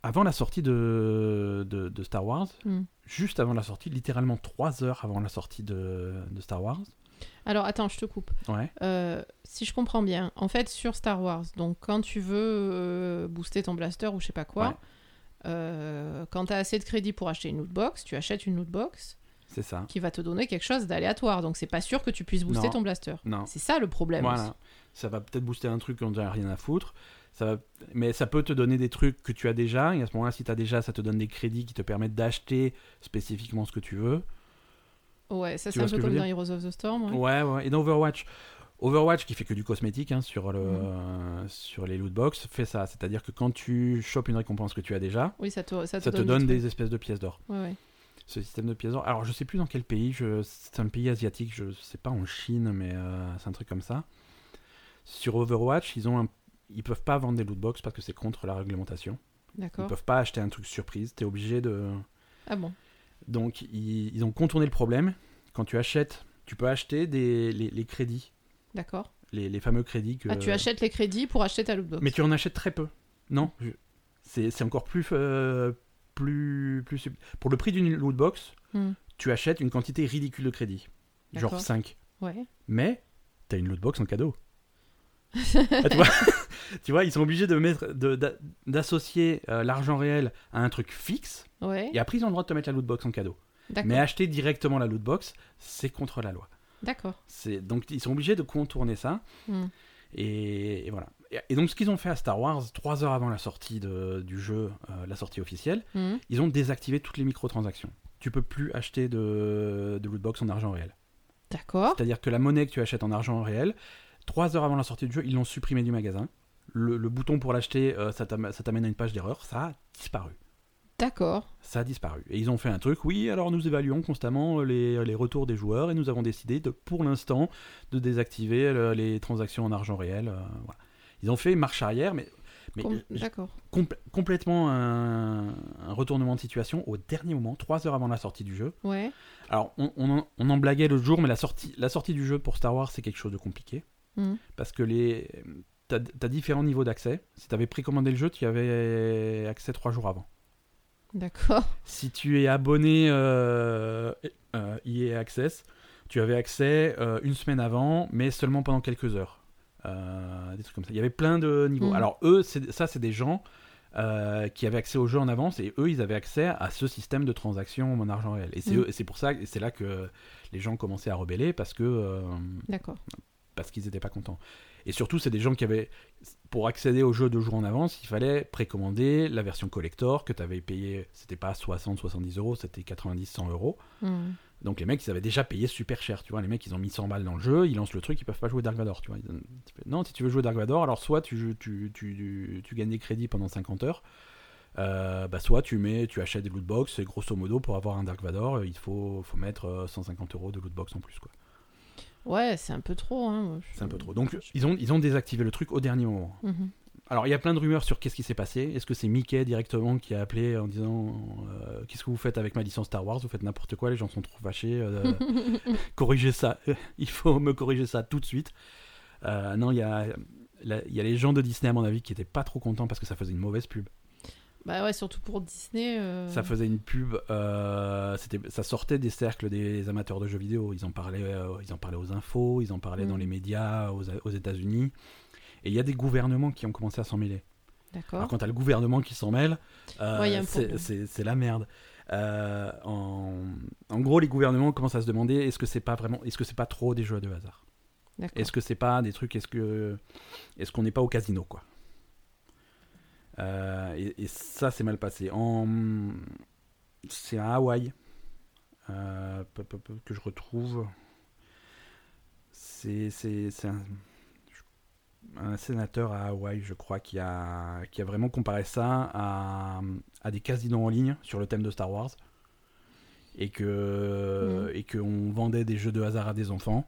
A: avant la sortie de, de, de Star Wars,
B: Hmm.
A: juste avant la sortie, littéralement 3 heures avant la sortie de, de Star Wars.
B: Alors, attends, je te coupe.
A: Ouais.
B: Euh, si je comprends bien, en fait, sur Star Wars, donc quand tu veux euh, booster ton blaster ou je sais pas quoi,
A: Ouais.
B: euh, quand tu as assez de crédit pour acheter une loot box, tu achètes une loot box
A: C'est ça.
B: qui va te donner quelque chose d'aléatoire. Donc, c'est pas sûr que tu puisses booster
A: Non.
B: ton blaster.
A: Non.
B: C'est ça le problème. aussi.
A: Voilà. Ça va peut-être booster un truc qu'on n'a rien à foutre. Ça va... Mais ça peut te donner des trucs que tu as déjà. Et à ce moment-là, si tu as déjà, ça te donne des crédits qui te permettent d'acheter spécifiquement ce que tu veux.
B: Ouais, ça
A: Tu
B: c'est
A: vois
B: un
A: ce
B: peu
A: que je
B: comme
A: veux
B: dans Heroes of the Storm. ouais.
A: Ouais, ouais. Et dans Overwatch. Overwatch, qui fait que du cosmétique hein, sur, le,
B: Mhm.
A: euh, sur les loot box, fait ça. C'est-à-dire que quand tu chopes une récompense que tu as déjà,
B: Oui, ça te, ça te
A: ça te
B: donne,
A: donne
B: trucs.
A: des espèces de pièces d'or.
B: Ouais, ouais.
A: ce système de pièces d'or. Alors, je sais plus dans quel pays, je... c'est un pays asiatique, je sais pas en Chine, mais euh, c'est un truc comme ça. Sur Overwatch, ils ont un... ils peuvent pas vendre des loot box parce que c'est contre la réglementation. Ils
B: D'accord.
A: peuvent pas acheter un truc surprise, t'es obligé de.
B: Ah bon.
A: Donc, ils... ils ont contourné le problème. Quand tu achètes, tu peux acheter des... les... les crédits,
B: D'accord.
A: les... les fameux crédits que.
B: Ah, tu achètes les crédits pour acheter ta lootbox.
A: euh, Mais tu en achètes très peu. Non, je- c'est c'est encore plus. euh, plus, plus sub- Pour le prix d'une loot box,
B: Hmm.
A: tu achètes une quantité ridicule de crédits, genre
B: D'accord.
A: 5.
B: Ouais.
A: Mais t'as une lootbox en cadeau. Ah, tu, vois tu vois, ils sont obligés de mettre, de- d'a- d'associer euh, l'argent réel à un truc fixe,
B: Ouais.
A: et après ils ont le droit de te mettre la lootbox en cadeau. Mais
B: D'accord.
A: acheter directement la lootbox, c'est contre la loi.
B: D'accord.
A: C'est- Donc ils sont obligés de contourner ça.
B: Hmm.
A: Et, et voilà. Et, et donc ce qu'ils ont fait à Star Wars, 3 heures avant la sortie de- du jeu, euh, la sortie officielle,
B: Hmm.
A: ils ont désactivé toutes les microtransactions. Tu peux plus acheter de, de lootbox en argent réel.
B: D'accord.
A: C'est-à-dire que la monnaie que tu achètes en argent réel, trois heures avant la sortie du jeu, ils l'ont supprimée du magasin. Le, le bouton pour l'acheter, euh, ça t'am- ça t'amène à une page d'erreur, ça a disparu.
B: D'accord.
A: Ça a disparu. Et ils ont fait un truc, oui, alors nous évaluons constamment les, les retours des joueurs et nous avons décidé, de, pour l'instant, de désactiver le- les transactions en argent réel. euh, voilà. Ils ont fait marche arrière, mais, mais
B: Com-
A: euh,
B: D'accord.
A: compl- complètement un, un retournement de situation au dernier moment, trois heures avant la sortie du jeu.
B: Ouais.
A: Alors, on, on en, on en blaguait l'autre jour, mais la sortie, la sortie du jeu pour Star Wars, c'est quelque chose de compliqué.
B: Mhm.
A: Parce que les, t'as, t'as différents niveaux d'accès. Si t'avais précommandé le jeu, tu y avais accès trois jours avant.
B: D'accord.
A: Si tu es abonné euh, euh, EA Access, tu avais accès euh, une semaine avant, mais seulement pendant quelques heures. Euh, des trucs comme ça. Il y avait plein de niveaux.
B: Mhm.
A: Alors, eux, c'est, ça, c'est des gens euh, qui avaient accès au jeu en avance et eux, ils avaient accès à ce système de transaction en argent réel. Et c'est,
B: Mhm.
A: eux- et c'est pour ça, et c'est là que les gens commençaient à rebeller parce que. euh,
B: D'accord.
A: parce qu'ils n'étaient pas contents. Et surtout, c'est des gens qui avaient, pour accéder au jeu deux jours en avance, il fallait précommander la version collector que tu avais payé, c'était pas 60, 70 euros, c'était 90, 100 euros.
B: Hmm.
A: Donc les mecs, ils avaient déjà payé super cher, tu vois. Les mecs, ils ont mis 100 balles dans le jeu, ils lancent le truc, ils peuvent pas jouer Dark Vador, tu vois. Ils donnent- tu fais, Non, si tu veux jouer Dark Vador, alors soit tu, joues- tu, tu, tu- tu gagnes des crédits pendant 50 heures, euh, bah soit tu mets, tu achètes des loot box, et grosso modo, pour avoir un Dark Vador, euh, il faut, faut mettre euh, 150 euros de loot box en plus, quoi.
B: Ouais, c'est un peu trop. hein, moi, je-
A: C'est un peu trop. Donc ils ont, ils ont désactivé le truc au dernier moment.
B: Mhm.
A: Alors, il y a plein de rumeurs sur qu'est-ce qui s'est passé. Est-ce que c'est Mickey directement qui a appelé en disant euh, Qu'est-ce que vous faites avec ma licence Star Wars Vous faites n'importe quoi, les gens sont trop fâchés. euh, corrigez ça. il faut me corriger ça tout de suite. Euh, non, il y a, la- il y a les gens de Disney, à mon avis, qui étaient pas trop contents parce que ça faisait une mauvaise pub.
B: Bah ouais, surtout pour Disney. euh,
A: Ça faisait une pub. euh, c'était- ça sortait des cercles des amateurs de jeux vidéo. Ils en parlaient, euh, ils en parlaient aux infos, ils en parlaient
B: Mm.
A: dans les médias aux, aux États-Unis. Et il y a des gouvernements qui ont commencé à s'en mêler. Alors
B: D'accord.
A: quand t'as le gouvernement qui s'en mêle, euh,
B: Oh. Ouais, y a un
A: c'est-
B: problème.
A: c'est c'est la merde. Euh, en, en gros, les gouvernements commencent à se demander est-ce que c'est pas vraiment, est-ce que c'est pas trop des jeux de hasard
B: D'accord.
A: Est-ce que c'est pas des trucs Est-ce que est-ce qu'on n'est pas au casino quoi Euh, et, et ça, c'est mal passé. En c'est à Hawaï euh, peu- peu- peu- que je retrouve. C'est c'est- c'est un, un sénateur à Hawaï, je crois, qui a, qui a vraiment comparé ça à, à des casinos en ligne sur le thème de Star Wars. Et que et qu'on vendait des jeux de hasard à des enfants.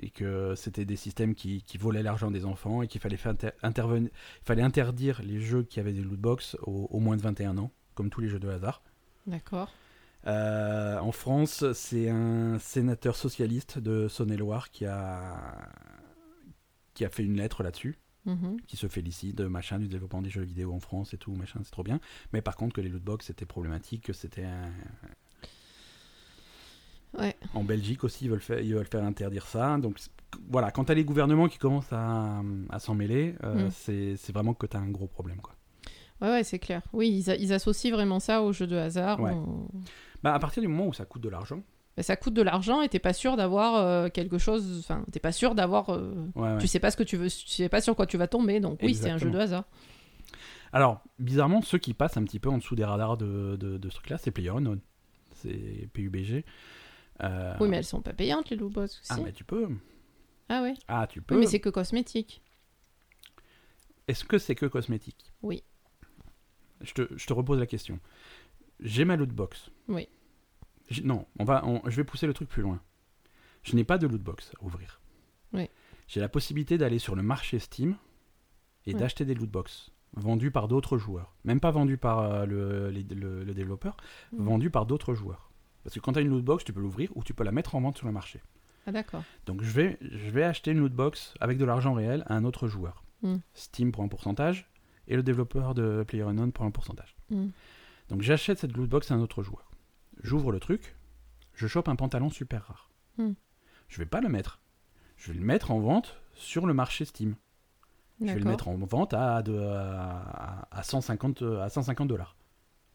A: Et que c'était des systèmes qui, qui volaient l'argent des enfants et qu'il fallait, faire inter- intervenir- il fallait interdire les jeux qui avaient des loot box au, au moins de 21 ans, comme tous les jeux de hasard.
B: D'accord.
A: Euh, en France, c'est un sénateur socialiste de Saône-et-Loire qui a, qui a fait une lettre là-dessus,
B: Mhm.
A: qui se félicite machin, du développement des jeux vidéo en France et tout, machin, c'est trop bien. Mais par contre, que les lootbox c'était problématique, que c'était un-
B: Ouais.
A: En Belgique aussi, ils veulent faire, ils veulent faire interdire ça. Donc c'est- voilà, quand t'as les gouvernements qui commencent à, à s'en mêler, euh,
B: Mm.
A: c'est c'est vraiment que t'as un gros problème. Quoi.
B: Ouais, ouais, c'est clair. Oui, ils, a- ils associent vraiment ça aux jeux de hasard.
A: Ouais.
B: On-
A: Bah, à partir du moment où ça coûte de l'argent,
B: Ben, ça coûte de l'argent et t'es pas sûr d'avoir euh, quelque chose. Enfin, t'es pas sûr d'avoir. euh,
A: ouais, ouais.
B: Tu sais pas ce que tu veux, tu sais pas sur quoi tu vas tomber. Donc oui, c'est un jeu de
A: Exactement.
B: hasard.
A: Alors, bizarrement, ceux qui passent un petit peu en dessous des radars de, de- de ce truc-là, c'est PlayerUnknown. C'est PUBG. Euh,
B: Oui, mais elles sont pas payantes les loot box aussi.
A: Ah, mais tu peux.
B: Ah ouais.
A: Ah, tu
B: Oui,
A: peux.
B: mais c'est que cosmétique.
A: Est-ce que c'est que cosmétique
B: Oui.
A: Je te, je te repose la question. J'ai ma loot box.
B: Oui.
A: J'ai- Non, on va, on- je vais pousser le truc plus loin. Je n'ai pas de loot box à ouvrir.
B: Oui.
A: J'ai la possibilité d'aller sur le marché Steam et
B: Oui.
A: d'acheter des loot box vendus par d'autres joueurs. Même pas vendus par euh, le, les- le- le développeur,
B: Mm.
A: vendus par d'autres joueurs. Parce que quand tu as une loot box, tu peux l'ouvrir ou tu peux la mettre en vente sur le marché.
B: Ah d'accord.
A: Donc je vais, je vais acheter une lootbox avec de l'argent réel à un autre joueur.
B: Mm.
A: Steam prend un pourcentage et le développeur de PlayerUnknown prend un pourcentage.
B: Mm.
A: Donc j'achète cette lootbox à un autre joueur. J'ouvre le truc, je chope un pantalon super rare.
B: Mm.
A: Je vais pas le mettre. Je vais le mettre en vente sur le marché Steam. Je vais le
B: D'accord.
A: mettre en vente à, de- à, à 150 à 150 dollars.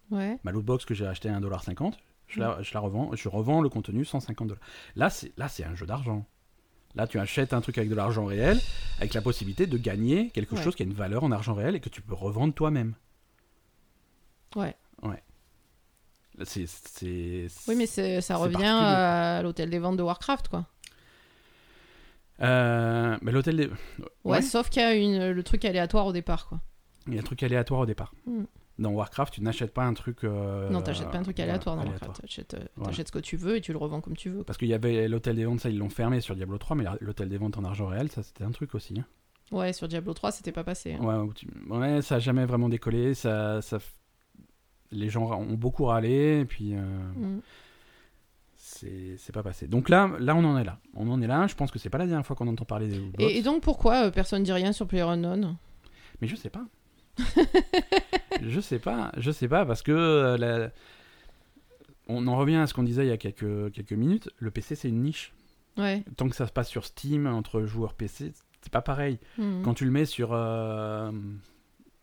B: Ouais.
A: Ma lootbox que j'ai achetée à 1,50$, je la,
B: Mm.
A: je la revends, je revends le contenu 150$. Là, c'est là, c'est un jeu d'argent. Là, tu achètes un truc avec de l'argent réel, avec la possibilité de gagner quelque
B: Ouais.
A: chose qui a une valeur en argent réel et que tu peux revendre toi-même.
B: Ouais.
A: Ouais. Là, C'est, c'est-
B: Oui, mais c'est- ça
A: C'est
B: revient
A: particulier.
B: à l'hôtel des ventes de Warcraft, quoi.
A: Euh, mais l'hôtel des...
B: Ouais,
A: Ouais.
B: sauf qu'il y a une, le truc aléatoire au départ, quoi.
A: Il y a un truc aléatoire au départ.
B: Mm.
A: Dans Warcraft, tu n'achètes pas un truc... euh,
B: non, t'achètes pas un truc
A: voilà,
B: aléatoire dans Warcraft. T'achètes euh,
A: Voilà.
B: t'achètes ce que tu veux et tu le revends comme tu veux.
A: Parce qu'il y avait l'hôtel des ventes, ça, ils l'ont fermé sur Diablo 3, mais la- l'hôtel des ventes en argent réel, ça, c'était un truc aussi. hein.
B: Ouais, sur Diablo 3, c'était pas passé. hein.
A: Ouais, où tu- ouais, ça a jamais vraiment décollé. Ça, ça... f- Les gens ra- ont beaucoup râlé, et puis euh,
B: Mm.
A: c'est c'est pas passé. Donc là, là, on en est là. On en est là. Je pense que c'est pas la dernière fois qu'on entend parler des lootbox.
B: Et, et donc pourquoi euh, personne dit rien sur PlayerUnknown
A: Mais je sais pas. je sais pas. Je sais pas parce que euh, la- on en revient à ce qu'on disait il y a quelques, quelques minutes. Le PC, c'est une niche.
B: Ouais.
A: Tant que ça se passe sur Steam entre joueurs PC, c'est pas pareil.
B: Mm.
A: quand tu le mets sur. euh,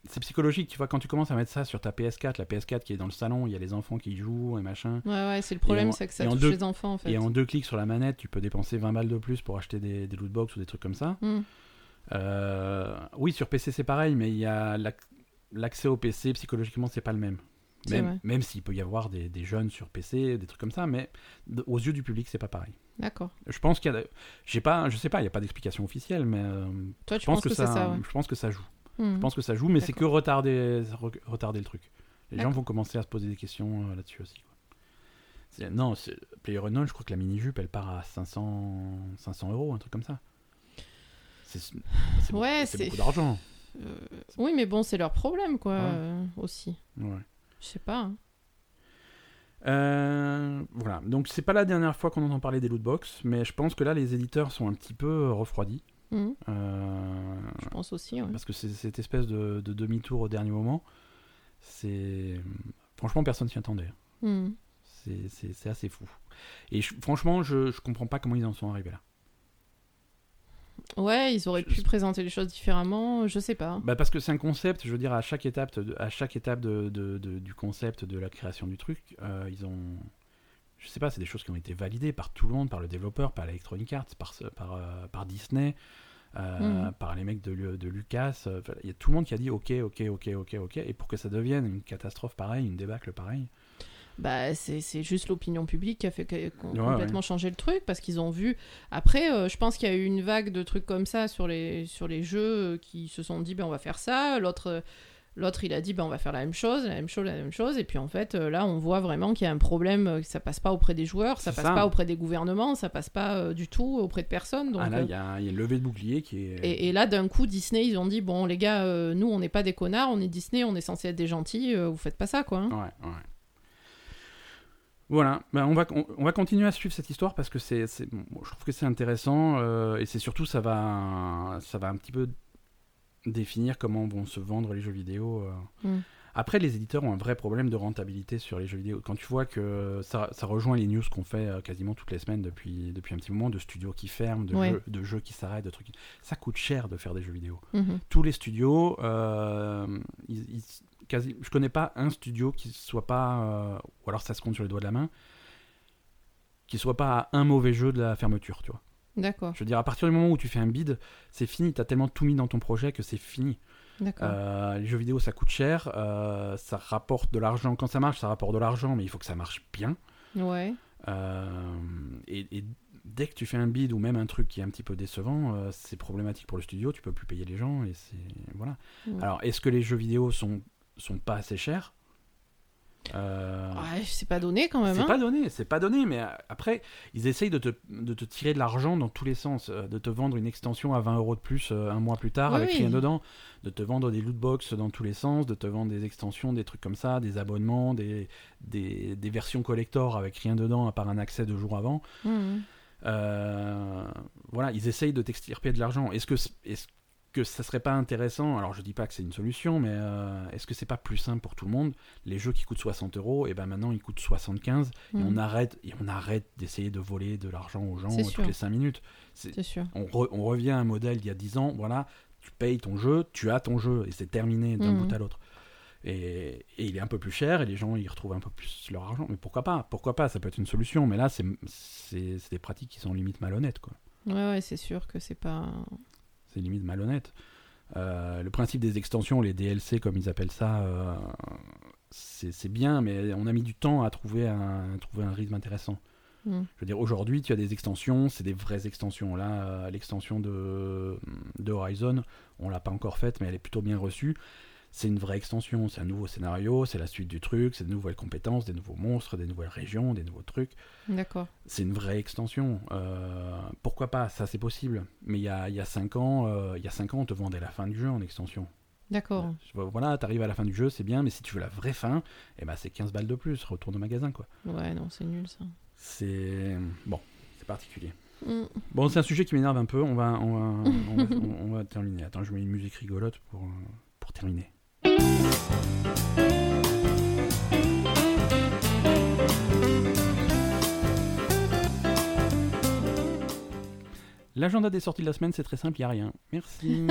A: C'est psychologique, tu vois, quand tu commences à mettre ça sur ta PS4, la PS4 qui est dans le salon, il y a les enfants qui jouent et machin.
B: Ouais, ouais, c'est le problème,
A: en-
B: c'est que ça
A: et en
B: touche
A: deux-
B: les enfants, en fait.
A: Et en deux clics sur la manette, tu peux dépenser 20 balles de plus pour acheter des, des loot box ou des trucs comme ça.
B: Mm.
A: Euh, Oui, sur PC c'est pareil, mais il y a l'ac- l'accès au PC psychologiquement c'est pas le même.
B: C'est vrai.
A: Même, même s'il peut y avoir des, des jeunes sur PC, des trucs comme ça, mais d- aux yeux du public c'est pas pareil.
B: D'accord.
A: Je pense qu'il y a, j'ai pas, je sais pas, il y a pas d'explication officielle, mais euh,
B: Toi, tu
A: je pense que, ça,
B: c'est ça, ouais.
A: je pense que ça joue.
B: Mm.
A: Je pense que ça joue, mais c'est
B: D'accord.
A: que retarder, re- retarder le truc. Les gens
B: D'accord.
A: vont commencer à se poser des questions euh, là-dessus aussi. quoi. C'est- Non, c'est- PlayerUnknown, je crois que la mini-jupe, elle part à 500, 500 euros, un truc comme ça. C'est c'est beaucoup-
B: Ouais,
A: c'est
B: c'est-
A: beaucoup d'argent.
B: Euh, Oui, mais bon, c'est leur problème, quoi,
A: Ouais.
B: euh, aussi.
A: Ouais.
B: Je sais pas. hein.
A: Euh, voilà, donc c'est pas la dernière fois qu'on entend parler des lootbox, mais je pense que là, les éditeurs sont un petit peu euh, refroidis.
B: Mm.
A: Euh,
B: Je pense aussi, ouais.
A: Parce que c'est cette espèce de, de demi-tour au dernier moment, c'est... hum, Franchement, personne s'y attendait.
B: Mm.
A: C'est- C'est c'est assez fou. Et je- franchement, je, je comprends pas comment ils en sont arrivés là.
B: Ouais, ils auraient
A: Je-
B: pu présenter les choses différemment, je sais pas.
A: Bah, parce que c'est un concept, je veux dire, à chaque étape, de- à chaque étape de, de- de- du concept, de la création du truc, euh, ils ont. Je sais pas, c'est des choses qui ont été validées par tout le monde, par le développeur, par Electronic Arts, par, ce- par, euh, par Disney, euh,
B: Mhm.
A: par les mecs de, Lu- de Lucas. euh, enfin, Il y a tout le monde qui a dit ok, ok, ok, ok, ok. Et pour que ça devienne une catastrophe pareille, une débâcle pareille.
B: Bah, c'est c'est juste l'opinion publique qui a fait que- qu'on-
A: Ouais,
B: complètement changer le truc parce qu'ils ont vu. Après, euh, je pense qu'il y a eu une vague de trucs comme ça sur les, sur les jeux euh, qui se sont dit ben, on va faire ça. L'autre, euh, l'autre il a dit ben, on va faire la même chose, la même chose, la même chose. Et puis en fait, euh, là, on voit vraiment qu'il y a un problème. euh, que Ça passe pas auprès des joueurs, ça
A: C'est
B: passe
A: ça.
B: pas auprès des gouvernements, ça passe pas euh, du tout auprès de personne. Donc,
A: ah là,
B: euh,
A: il y, a il y a une levée de bouclier qui est.
B: et, et là, d'un coup, Disney, ils ont dit bon, les gars, euh, nous, on n'est pas des connards, on est Disney, on est censé être des gentils, euh, vous faites pas ça, quoi. hein.
A: Ouais, ouais. Voilà, ben, on, va, on, on va continuer à suivre cette histoire parce que c'est, c'est- bon, je trouve que c'est intéressant euh, et c'est surtout ça va, ça va un petit peu définir comment vont se vendre les jeux vidéo. euh.
B: Mm.
A: Après, les éditeurs ont un vrai problème de rentabilité sur les jeux vidéo. Quand tu vois que ça, ça rejoint les news qu'on fait euh, quasiment toutes les semaines depuis, depuis un petit moment, de studios qui ferment, de,
B: Ouais.
A: jeux, de jeux qui s'arrêtent, de trucs. qui- Ça coûte cher de faire des jeux vidéo
B: Mhm.
A: tous les studios, euh, ils- ils- quasi, je connais pas un studio qui soit pas, euh, ou alors ça se compte sur les doigts de la main, qui soit pas à un mauvais jeu de la fermeture, tu vois.
B: D'accord,
A: Je veux dire, à partir du moment où tu fais un bid, c'est fini, t'as tellement tout mis dans ton projet que c'est fini.
B: d'accord.
A: Euh, les jeux vidéo, ça coûte cher, euh, ça rapporte de l'argent. Quand ça marche, ça rapporte de l'argent, mais il faut que ça marche bien.
B: Ouais.
A: Euh, et, et dès que tu fais un bid ou même un truc qui est un petit peu décevant, euh, c'est problématique pour le studio, tu peux plus payer les gens et c'est voilà.
B: Ouais.
A: Alors, est-ce que les jeux vidéo sont sont pas assez chers Euh,
B: Ouais, c'est pas donné quand même.
A: C'est
B: hein.
A: pas donné, c'est pas donné, mais euh, après, ils essayent de te, de te tirer de l'argent dans tous les sens, euh, de te vendre une extension à 20 euros de plus euh, un mois plus tard
B: Oui,
A: avec
B: oui.
A: rien dedans, de te vendre des loot box dans tous les sens, de te vendre des extensions, des trucs comme ça, des abonnements, des, des, des versions collector avec rien dedans à part un accès deux jours avant.
B: Mhm.
A: Euh, voilà, ils essayent de t'extirper de l'argent. Est-ce que, est que ça serait pas intéressant Alors, je dis pas que c'est une solution, mais euh, est-ce que c'est pas plus simple pour tout le monde Les jeux qui coûtent 60 euros, et ben maintenant ils coûtent 75, et on
B: Mhm.
A: arrête, et on arrête d'essayer de voler de l'argent aux gens
B: C'est
A: euh,
B: sûr.
A: toutes les 5 minutes. C'est-
B: C'est sûr.
A: On, re- on revient à un modèle d'il y a 10 ans. Voilà, tu payes ton jeu, tu as ton jeu, et c'est terminé d'un
B: Mhm.
A: bout à l'autre. Et, et il est un peu plus cher et les gens ils retrouvent un peu plus leur argent. Mais pourquoi pas Pourquoi pas Ça peut être une solution. Mais là, c'est c'est- c'est des pratiques qui sont limite malhonnêtes. Quoi.
B: Ouais, ouais, c'est sûr que c'est pas.
A: C'est limite malhonnête. Euh, le principe des extensions, les DLC comme ils appellent ça, euh, c'est c'est bien, mais on a mis du temps à trouver un, trouver un rythme intéressant.
B: Mhm.
A: Je veux dire, aujourd'hui, tu as des extensions, c'est des vraies extensions. Là, euh, l'extension de, de Horizon, on l'a pas encore faite, mais elle est plutôt bien reçue. C'est une vraie extension, c'est un nouveau scénario, c'est la suite du truc, c'est de nouvelles compétences, des nouveaux monstres, des nouvelles régions, des nouveaux trucs
B: D'accord.
A: c'est une vraie extension. Euh, pourquoi pas Ça, c'est possible. Mais il y a, il y, a cinq ans, euh, il y a cinq ans, on te vendait la fin du jeu en extension.
B: D'accord.
A: Je vois, Voilà, t'arrives à la fin du jeu, c'est bien, mais si tu veux la vraie fin, eh ben, c'est 15 balles de plus, retourne au magasin, quoi.
B: Ouais, non, c'est nul ça.
A: C'est... Bon, c'est particulier.
B: Mhm.
A: Bon, c'est un sujet qui m'énerve un peu, on va, on va, on va, on- on va terminer. Attends, je mets une musique rigolote pour, euh, pour terminer. L'agenda des sorties de la semaine, c'est très simple, il n'y a rien. Merci.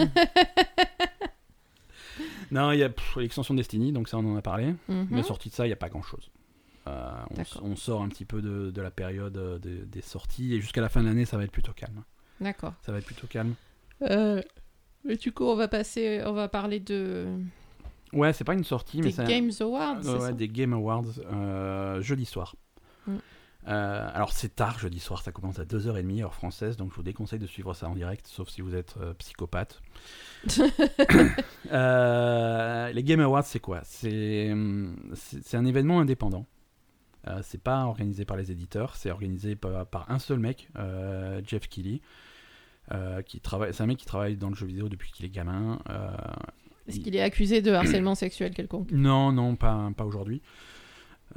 A: non, il y a pff, l'extension Destiny, donc ça on en a parlé.
B: Mhm.
A: Mais sorti de ça, il n'y a pas grand-chose. Euh, on, s-
B: D'accord.
A: on sort un petit peu de, de la période euh, des- des sorties et jusqu'à la fin de l'année, ça va être plutôt calme.
B: D'accord.
A: Ça va être plutôt calme.
B: Euh, mais du coup, on va passer, on va parler de
A: Ouais, c'est pas une sortie, mais
B: des
A: c'est un-
B: Games Awards.
A: Ouais,
B: c'est ça
A: des Game Awards euh, jeudi soir.
B: Mm.
A: Euh, alors c'est tard jeudi soir, ça commence à 2h30 heure française, donc je vous déconseille de suivre ça en direct, sauf si vous êtes euh, psychopathe. Euh, les Game Awards, c'est quoi C'est hum, c'est- c'est un événement indépendant. Euh, c'est pas organisé par les éditeurs, c'est organisé par, par un seul mec, euh, Jeff Keighley. euh, qui travaille, c'est un mec qui travaille dans le jeu vidéo depuis qu'il est gamin. euh,
B: Est-ce qu'il est accusé de harcèlement sexuel quelconque
A: non, non, pas, pas aujourd'hui.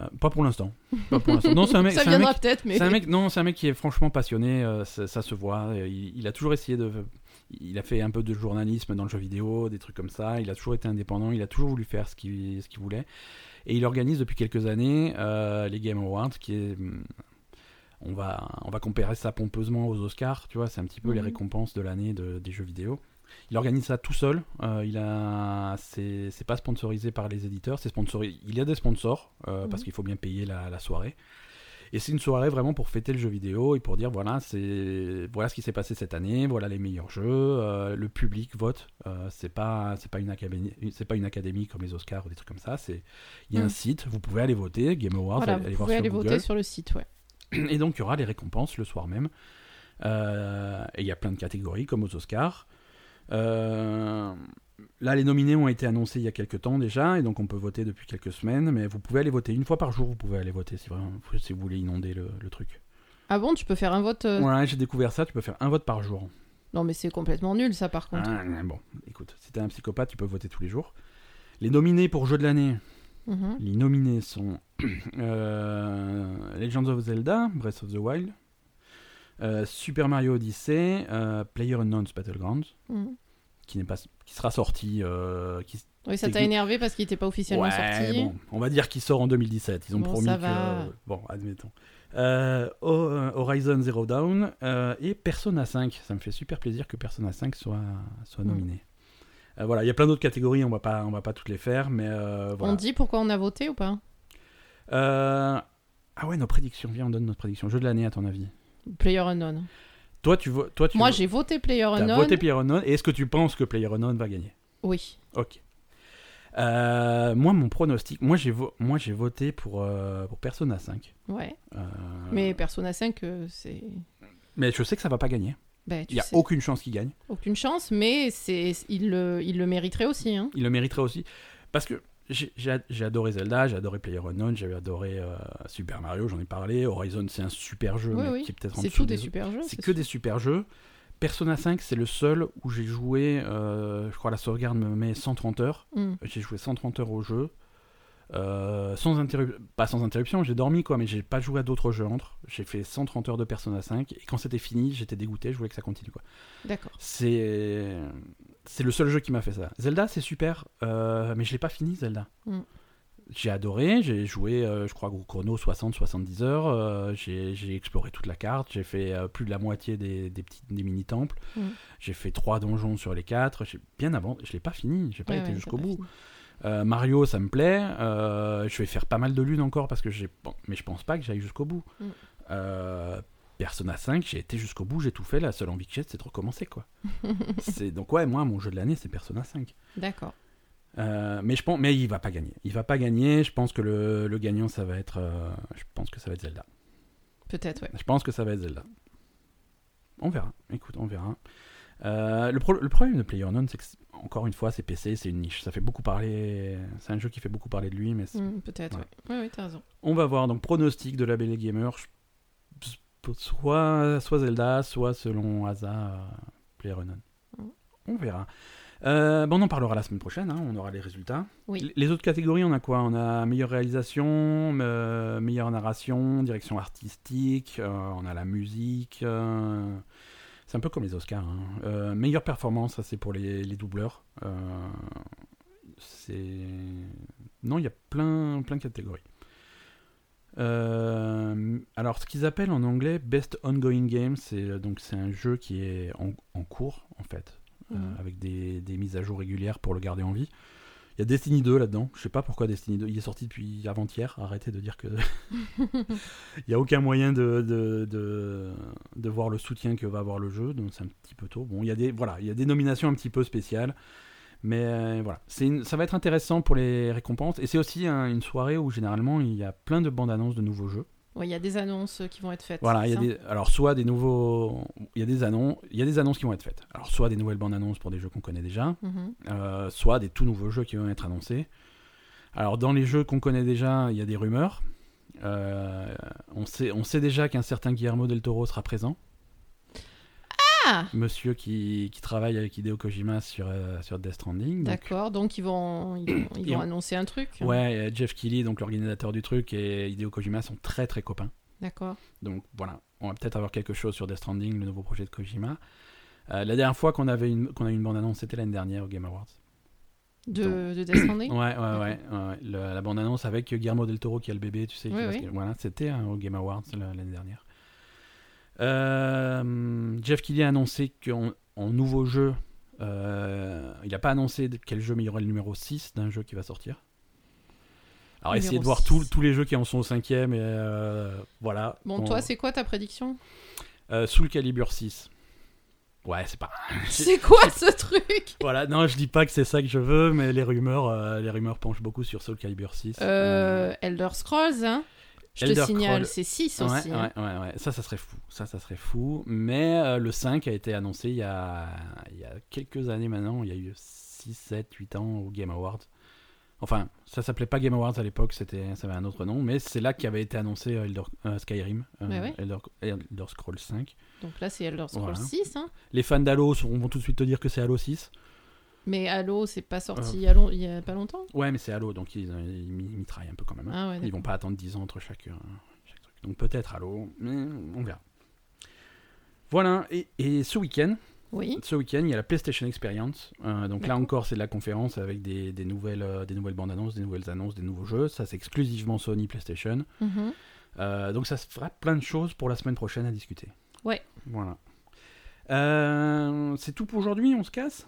A: Euh, pas pour l'instant. Pas pour l'instant. Non, c'est un mec.
B: Ça
A: c'est un mec-
B: viendra peut-être, mais.
A: c'est un mec. Non, c'est un mec qui est franchement passionné. euh, ça, ça se voit. euh, Il, il a toujours essayé de. Il a fait un peu de journalisme dans le jeu vidéo, des trucs comme ça. Il a toujours été indépendant. Il a toujours voulu faire ce qu'il ce qu'il voulait. Et il organise depuis quelques années euh, les Game Awards, qui est. hum, on va, on va comparer ça pompeusement aux Oscars, tu vois, c'est un petit peu les
B: Mhm.
A: récompenses de l'année de- des jeux vidéo. Il organise ça tout seul. euh, il a, c'est c'est pas sponsorisé par les éditeurs. C'est sponsorisé. Il y a des sponsors euh, parce
B: Mhm.
A: qu'il faut bien payer la, la soirée. Et c'est une soirée vraiment pour fêter le jeu vidéo et pour dire voilà c'est voilà ce qui s'est passé cette année, voilà les meilleurs jeux. euh, le public vote. euh, c'est pas c'est pas une académie c'est pas une académie comme les Oscars ou des trucs comme ça. C'est il y a un
B: Mhm.
A: site. Vous pouvez aller voter. Game Awards.
B: Voilà,
A: allez- allez
B: vous
A: voir
B: pouvez
A: sur
B: aller
A: Google.
B: voter sur le site, ouais.
A: Et donc, il y aura les récompenses le soir même. Euh, et il y a plein de catégories, comme aux Oscars. Euh, là, les nominés ont été annoncés il y a quelques temps déjà, et donc on peut voter depuis quelques semaines. Mais vous pouvez aller voter une fois par jour, vous pouvez aller voter si, vraiment, si vous voulez inonder le, le truc.
B: Ah bon, tu peux faire un vote euh,
A: Voilà, j'ai découvert ça, tu peux faire un vote par jour.
B: Non, mais c'est complètement nul, ça, par contre.
A: Ah, bon, écoute, si t'es un psychopathe, tu peux voter tous les jours. Les nominés pour jeu de l'année,
B: Mhm.
A: les nominés sont euh, Legends of Zelda, Breath of the Wild, euh, Super Mario Odyssey, euh, PlayerUnknown's Battlegrounds,
B: Mhm.
A: qui n'est pas, qui sera sorti, euh, qui,
B: Oui, ça
A: C'est
B: t'a
A: que-
B: énervé parce qu'il n'était pas officiellement
A: Ouais,
B: sorti.
A: bon, on va dire qu'il sort en 2017. Ils ont
B: Bon,
A: promis
B: ça
A: que,
B: va.
A: bon, admettons. Euh, Ho- euh, Horizon Zero Dawn euh, et Persona 5. Ça me fait super plaisir que Persona 5 soit soit
B: Mm.
A: nominé. Euh, voilà, il y a plein d'autres catégories, on va pas, on va pas toutes les faire, mais euh, voilà.
B: On dit pourquoi on a voté ou pas
A: Euh, Ah ouais, nos prédictions. Viens, on donne notre prédiction. Jeu de l'année, à ton avis.
B: Player Unknown.
A: Toi, tu vois. Toi, tu
B: Moi,
A: vo-
B: j'ai voté Player
A: t'as
B: Unknown.
A: voté PlayerUnknown. Et est-ce que tu penses que PlayerUnknown va gagner
B: Oui.
A: Ok. Euh, moi, mon pronostic. Moi, j'ai vo- moi, j'ai voté pour, euh, pour Persona 5.
B: Ouais.
A: Euh,
B: Mais Persona 5, euh, c'est.
A: mais je sais que ça va pas gagner.
B: Ben, tu
A: Il y a
B: sais,
A: aucune chance qu'il gagne.
B: aucune chance, mais c'est il le, il le mériterait aussi. Hein.
A: Il le mériterait aussi. Parce que j'ai j'ai ad- j'ai adoré Zelda, j'ai adoré PlayerUnknown, j'ai adoré euh, Super Mario, j'en ai parlé. Horizon, c'est un super jeu,
B: Oui,
A: mais
B: oui.
A: qui est peut-être en
B: C'est
A: dessous
B: tout des
A: des
B: super jeux.
A: C'est que des super jeux. Persona 5, c'est le seul où j'ai joué, euh, je crois la sauvegarde me met 130 heures.
B: Mm.
A: J'ai joué 130 heures au jeu. Euh, sans interrup- pas sans interruption, j'ai dormi quoi, mais j'ai pas joué à d'autres jeux entre. J'ai fait 130 heures de Persona 5 et quand c'était fini, j'étais dégoûté, je voulais que ça continue quoi.
B: D'accord.
A: C'est c'est le seul jeu qui m'a fait ça. Zelda, c'est super, euh, mais je l'ai pas fini Zelda.
B: Mm.
A: J'ai adoré, j'ai joué, euh, je crois, au chrono 60-70 heures. euh, j'ai j'ai exploré toute la carte, j'ai fait euh, plus de la moitié des, des petits des mini temples.
B: Mm.
A: J'ai fait trois donjons sur les quatre. J'ai bien avant, je l'ai pas fini, j'ai pas
B: Ouais,
A: été
B: ouais,
A: jusqu'au
B: t'as pas
A: bout.
B: fini.
A: Euh, Mario, ça me plaît. euh, je vais faire pas mal de lunes encore parce que j'ai. bon, mais je pense pas que j'aille jusqu'au bout.
B: Mm.
A: Euh, Persona 5, j'ai été jusqu'au bout, j'ai tout fait. La seule envie que j'ai, c'est de recommencer, quoi. c'est donc ouais, moi, mon jeu de l'année, c'est Persona 5.
B: D'accord.
A: Euh, mais je pense, mais il va pas gagner. Il va pas gagner. Je pense que le, le gagnant, ça va être. euh, je pense que ça va être Zelda.
B: Peut-être, ouais.
A: Je pense que ça va être Zelda. On verra. Écoute, on verra. Euh, le, pro- le problème de PlayerUnknown, c'est que c'est- encore une fois, c'est PC, c'est une niche. Ça fait beaucoup parler. C'est un jeu qui fait beaucoup parler de lui, mais c'est-
B: Mm, Peut-être,
A: Ouais.
B: ouais. Oui, oui, t'as raison.
A: on va voir. Donc pronostic de la Belle et Gamer, je- soit soit Zelda, soit selon hasard euh, PlayerUnknown.
B: Mm.
A: On verra. Euh, bon, on en parlera la semaine prochaine. hein, on aura les résultats.
B: Oui.
A: L- Les autres catégories, on a quoi On a meilleure réalisation, euh, meilleure narration, direction artistique. euh, on a la musique. euh, c'est un peu comme les Oscars. hein. Euh, meilleure performance, ça c'est pour les, les doubleurs. Euh, c'est non, il y a plein plein de catégories. Euh, alors, ce qu'ils appellent en anglais Best Ongoing Game, c'est euh, donc c'est un jeu qui est en, en cours en fait, euh,
B: Mhm.
A: avec des, des mises à jour régulières pour le garder en vie. Il y a Destiny 2 là-dedans. Je sais pas pourquoi Destiny 2. Il est sorti depuis avant-hier. Arrêtez de dire que il y a aucun moyen de, de, de, de voir le soutien que va avoir le jeu. Donc c'est un petit peu tôt. Bon, il y a des voilà, il y a des nominations un petit peu spéciales. Mais euh, voilà, C'est une- ça va être intéressant pour les récompenses. Et c'est aussi un- une soirée où généralement il y a plein de bandes annonces de nouveaux jeux.
B: Ouais, Il y a des annonces euh, qui vont être faites.
A: Voilà,
B: c'est
A: il y a
B: ça
A: des, alors soit des nouveaux, il y a des annonces, il y a des annonces qui vont être faites. Alors soit des nouvelles bandes annonces pour des jeux qu'on connaît déjà,
B: Mhm.
A: euh, soit des tout nouveaux jeux qui vont être annoncés. Alors dans les jeux qu'on connaît déjà, il y a des rumeurs. Euh, on sait, on sait déjà qu'un certain Guillermo del Toro sera présent.
B: Ah
A: Monsieur qui, qui travaille avec Hideo Kojima sur euh, sur Death Stranding. donc-
B: D'accord, donc ils vont, ils vont, ils
A: Et
B: vont
A: on-
B: annoncer un truc.
A: Ouais, euh, Jeff Keighley, donc l'organisateur du truc, et Hideo Kojima sont très très copains.
B: D'accord.
A: Donc voilà, on va peut-être avoir quelque chose sur Death Stranding, le nouveau projet de Kojima. Euh, la dernière fois qu'on avait une, qu'on a eu une bande-annonce, c'était l'année dernière au Game Awards.
B: De, de Death Stranding
A: Ouais, ouais, ouais. ouais. Le- la bande-annonce avec Guillermo del Toro qui a le bébé, tu sais. qui
B: Oui,
A: va se- hein,
B: oui.
A: Voilà, c'était euh, au Game Awards le- l'année dernière. Euh, Jeff Kelly a annoncé qu'en en nouveau jeu, euh, il n'a pas annoncé de quel jeu, mais il y aurait le numéro 6 d'un jeu qui va sortir. Alors,
B: Numéro
A: essayez de voir
B: 6.
A: tous- tous les jeux qui en sont au cinquième. Et, euh, voilà.
B: Bon,
A: On-
B: toi, c'est quoi ta prédiction
A: Euh, Soul Calibur 6. Ouais, c'est pas.
B: C'est quoi ce truc
A: Voilà, non, je dis pas que c'est ça que je veux, mais les rumeurs, euh, les rumeurs penchent beaucoup sur Soul Calibur 6.
B: euh, Elder Scrolls, hein Je
A: Elder
B: te signale,
A: Scroll.
B: c'est 6
A: Ouais,
B: aussi.
A: ouais,
B: hein.
A: ouais, ouais. Ça, ça serait fou. Ça, ça serait fou. Mais euh, le 5 a été annoncé il y a, il y a quelques années maintenant. Il y a eu 6, 7, 8 ans au Game Awards. Enfin, ça s'appelait pas Game Awards à l'époque, c'était, ça avait un autre nom, mais c'est là qu'avait été annoncé euh, Elder- euh, Skyrim, euh,
B: Mais ouais.
A: Elder, Elder Scrolls 5.
B: Donc là, c'est Elder Scrolls
A: Voilà.
B: 6. Hein
A: Les fans d'Halo sont- vont tout de suite te dire que c'est Halo 6.
B: Mais Halo, c'est pas sorti il y a long- il y a pas longtemps
A: Euh. Ouais, mais c'est Halo, donc ils, ils, ils mitraillent un peu quand même. hein.
B: Ah ouais,
A: Ils
B: d'accord.
A: vont pas attendre 10 ans entre chaque, euh, chaque truc. Donc peut-être Halo, mais on verra. Voilà, et, et ce week-end,
B: Oui.
A: ce week-end, il y a la PlayStation Experience. Euh, donc là
B: D'accord.
A: encore, c'est de la conférence avec des, des nouvelles, euh, des nouvelles bandes annonces, des nouvelles annonces, des nouveaux jeux. Ça, c'est exclusivement Sony PlayStation.
B: Mhm.
A: Euh, donc ça se fera plein de choses pour la semaine prochaine à discuter.
B: Ouais.
A: Voilà. Euh, c'est tout pour aujourd'hui, on se casse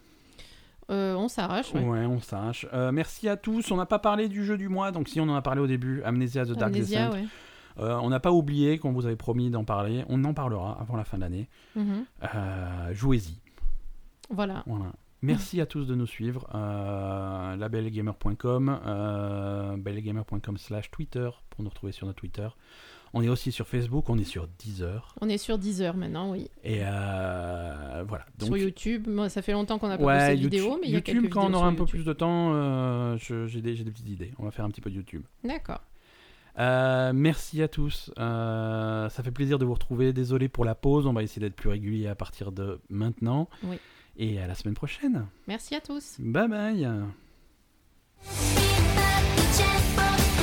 B: Euh, on s'arrache, ouais.
A: Ouais, on sache. Euh, merci à tous. On n'a pas parlé du jeu du mois, donc si on en a parlé au début, Amnesia The Dark
B: Amnesia,
A: Descent.
B: ouais.
A: Euh, on n'a pas oublié qu'on vous avait promis d'en parler. On en parlera avant la fin de l'année.
B: Mhm.
A: Euh, Jouez-y.
B: Voilà.
A: Voilà. Merci à tous de nous suivre. Euh, labelgamer.com, euh, bellegamer.com slash Twitter pour nous retrouver sur notre Twitter. On est aussi sur Facebook, on est sur Deezer.
B: On est sur 10 heures maintenant, oui.
A: Et euh, voilà. Donc,
B: sur YouTube, moi, ça fait longtemps qu'on n'a pas
A: ouais,
B: posté de
A: YouTube,
B: vidéo, mais il y a quelques
A: YouTube, quand on
B: vidéos
A: aura un
B: sur
A: peu
B: YouTube.
A: plus de temps, euh, je- j'ai des, j'ai des petites idées. On va faire un petit peu de YouTube.
B: D'accord.
A: Euh, merci à tous. Euh, ça fait plaisir de vous retrouver. Désolé pour la pause. On va essayer d'être plus régulier à partir de maintenant.
B: Oui.
A: Et à la semaine prochaine.
B: Merci à tous.
A: Bye bye.
C: Checkbook,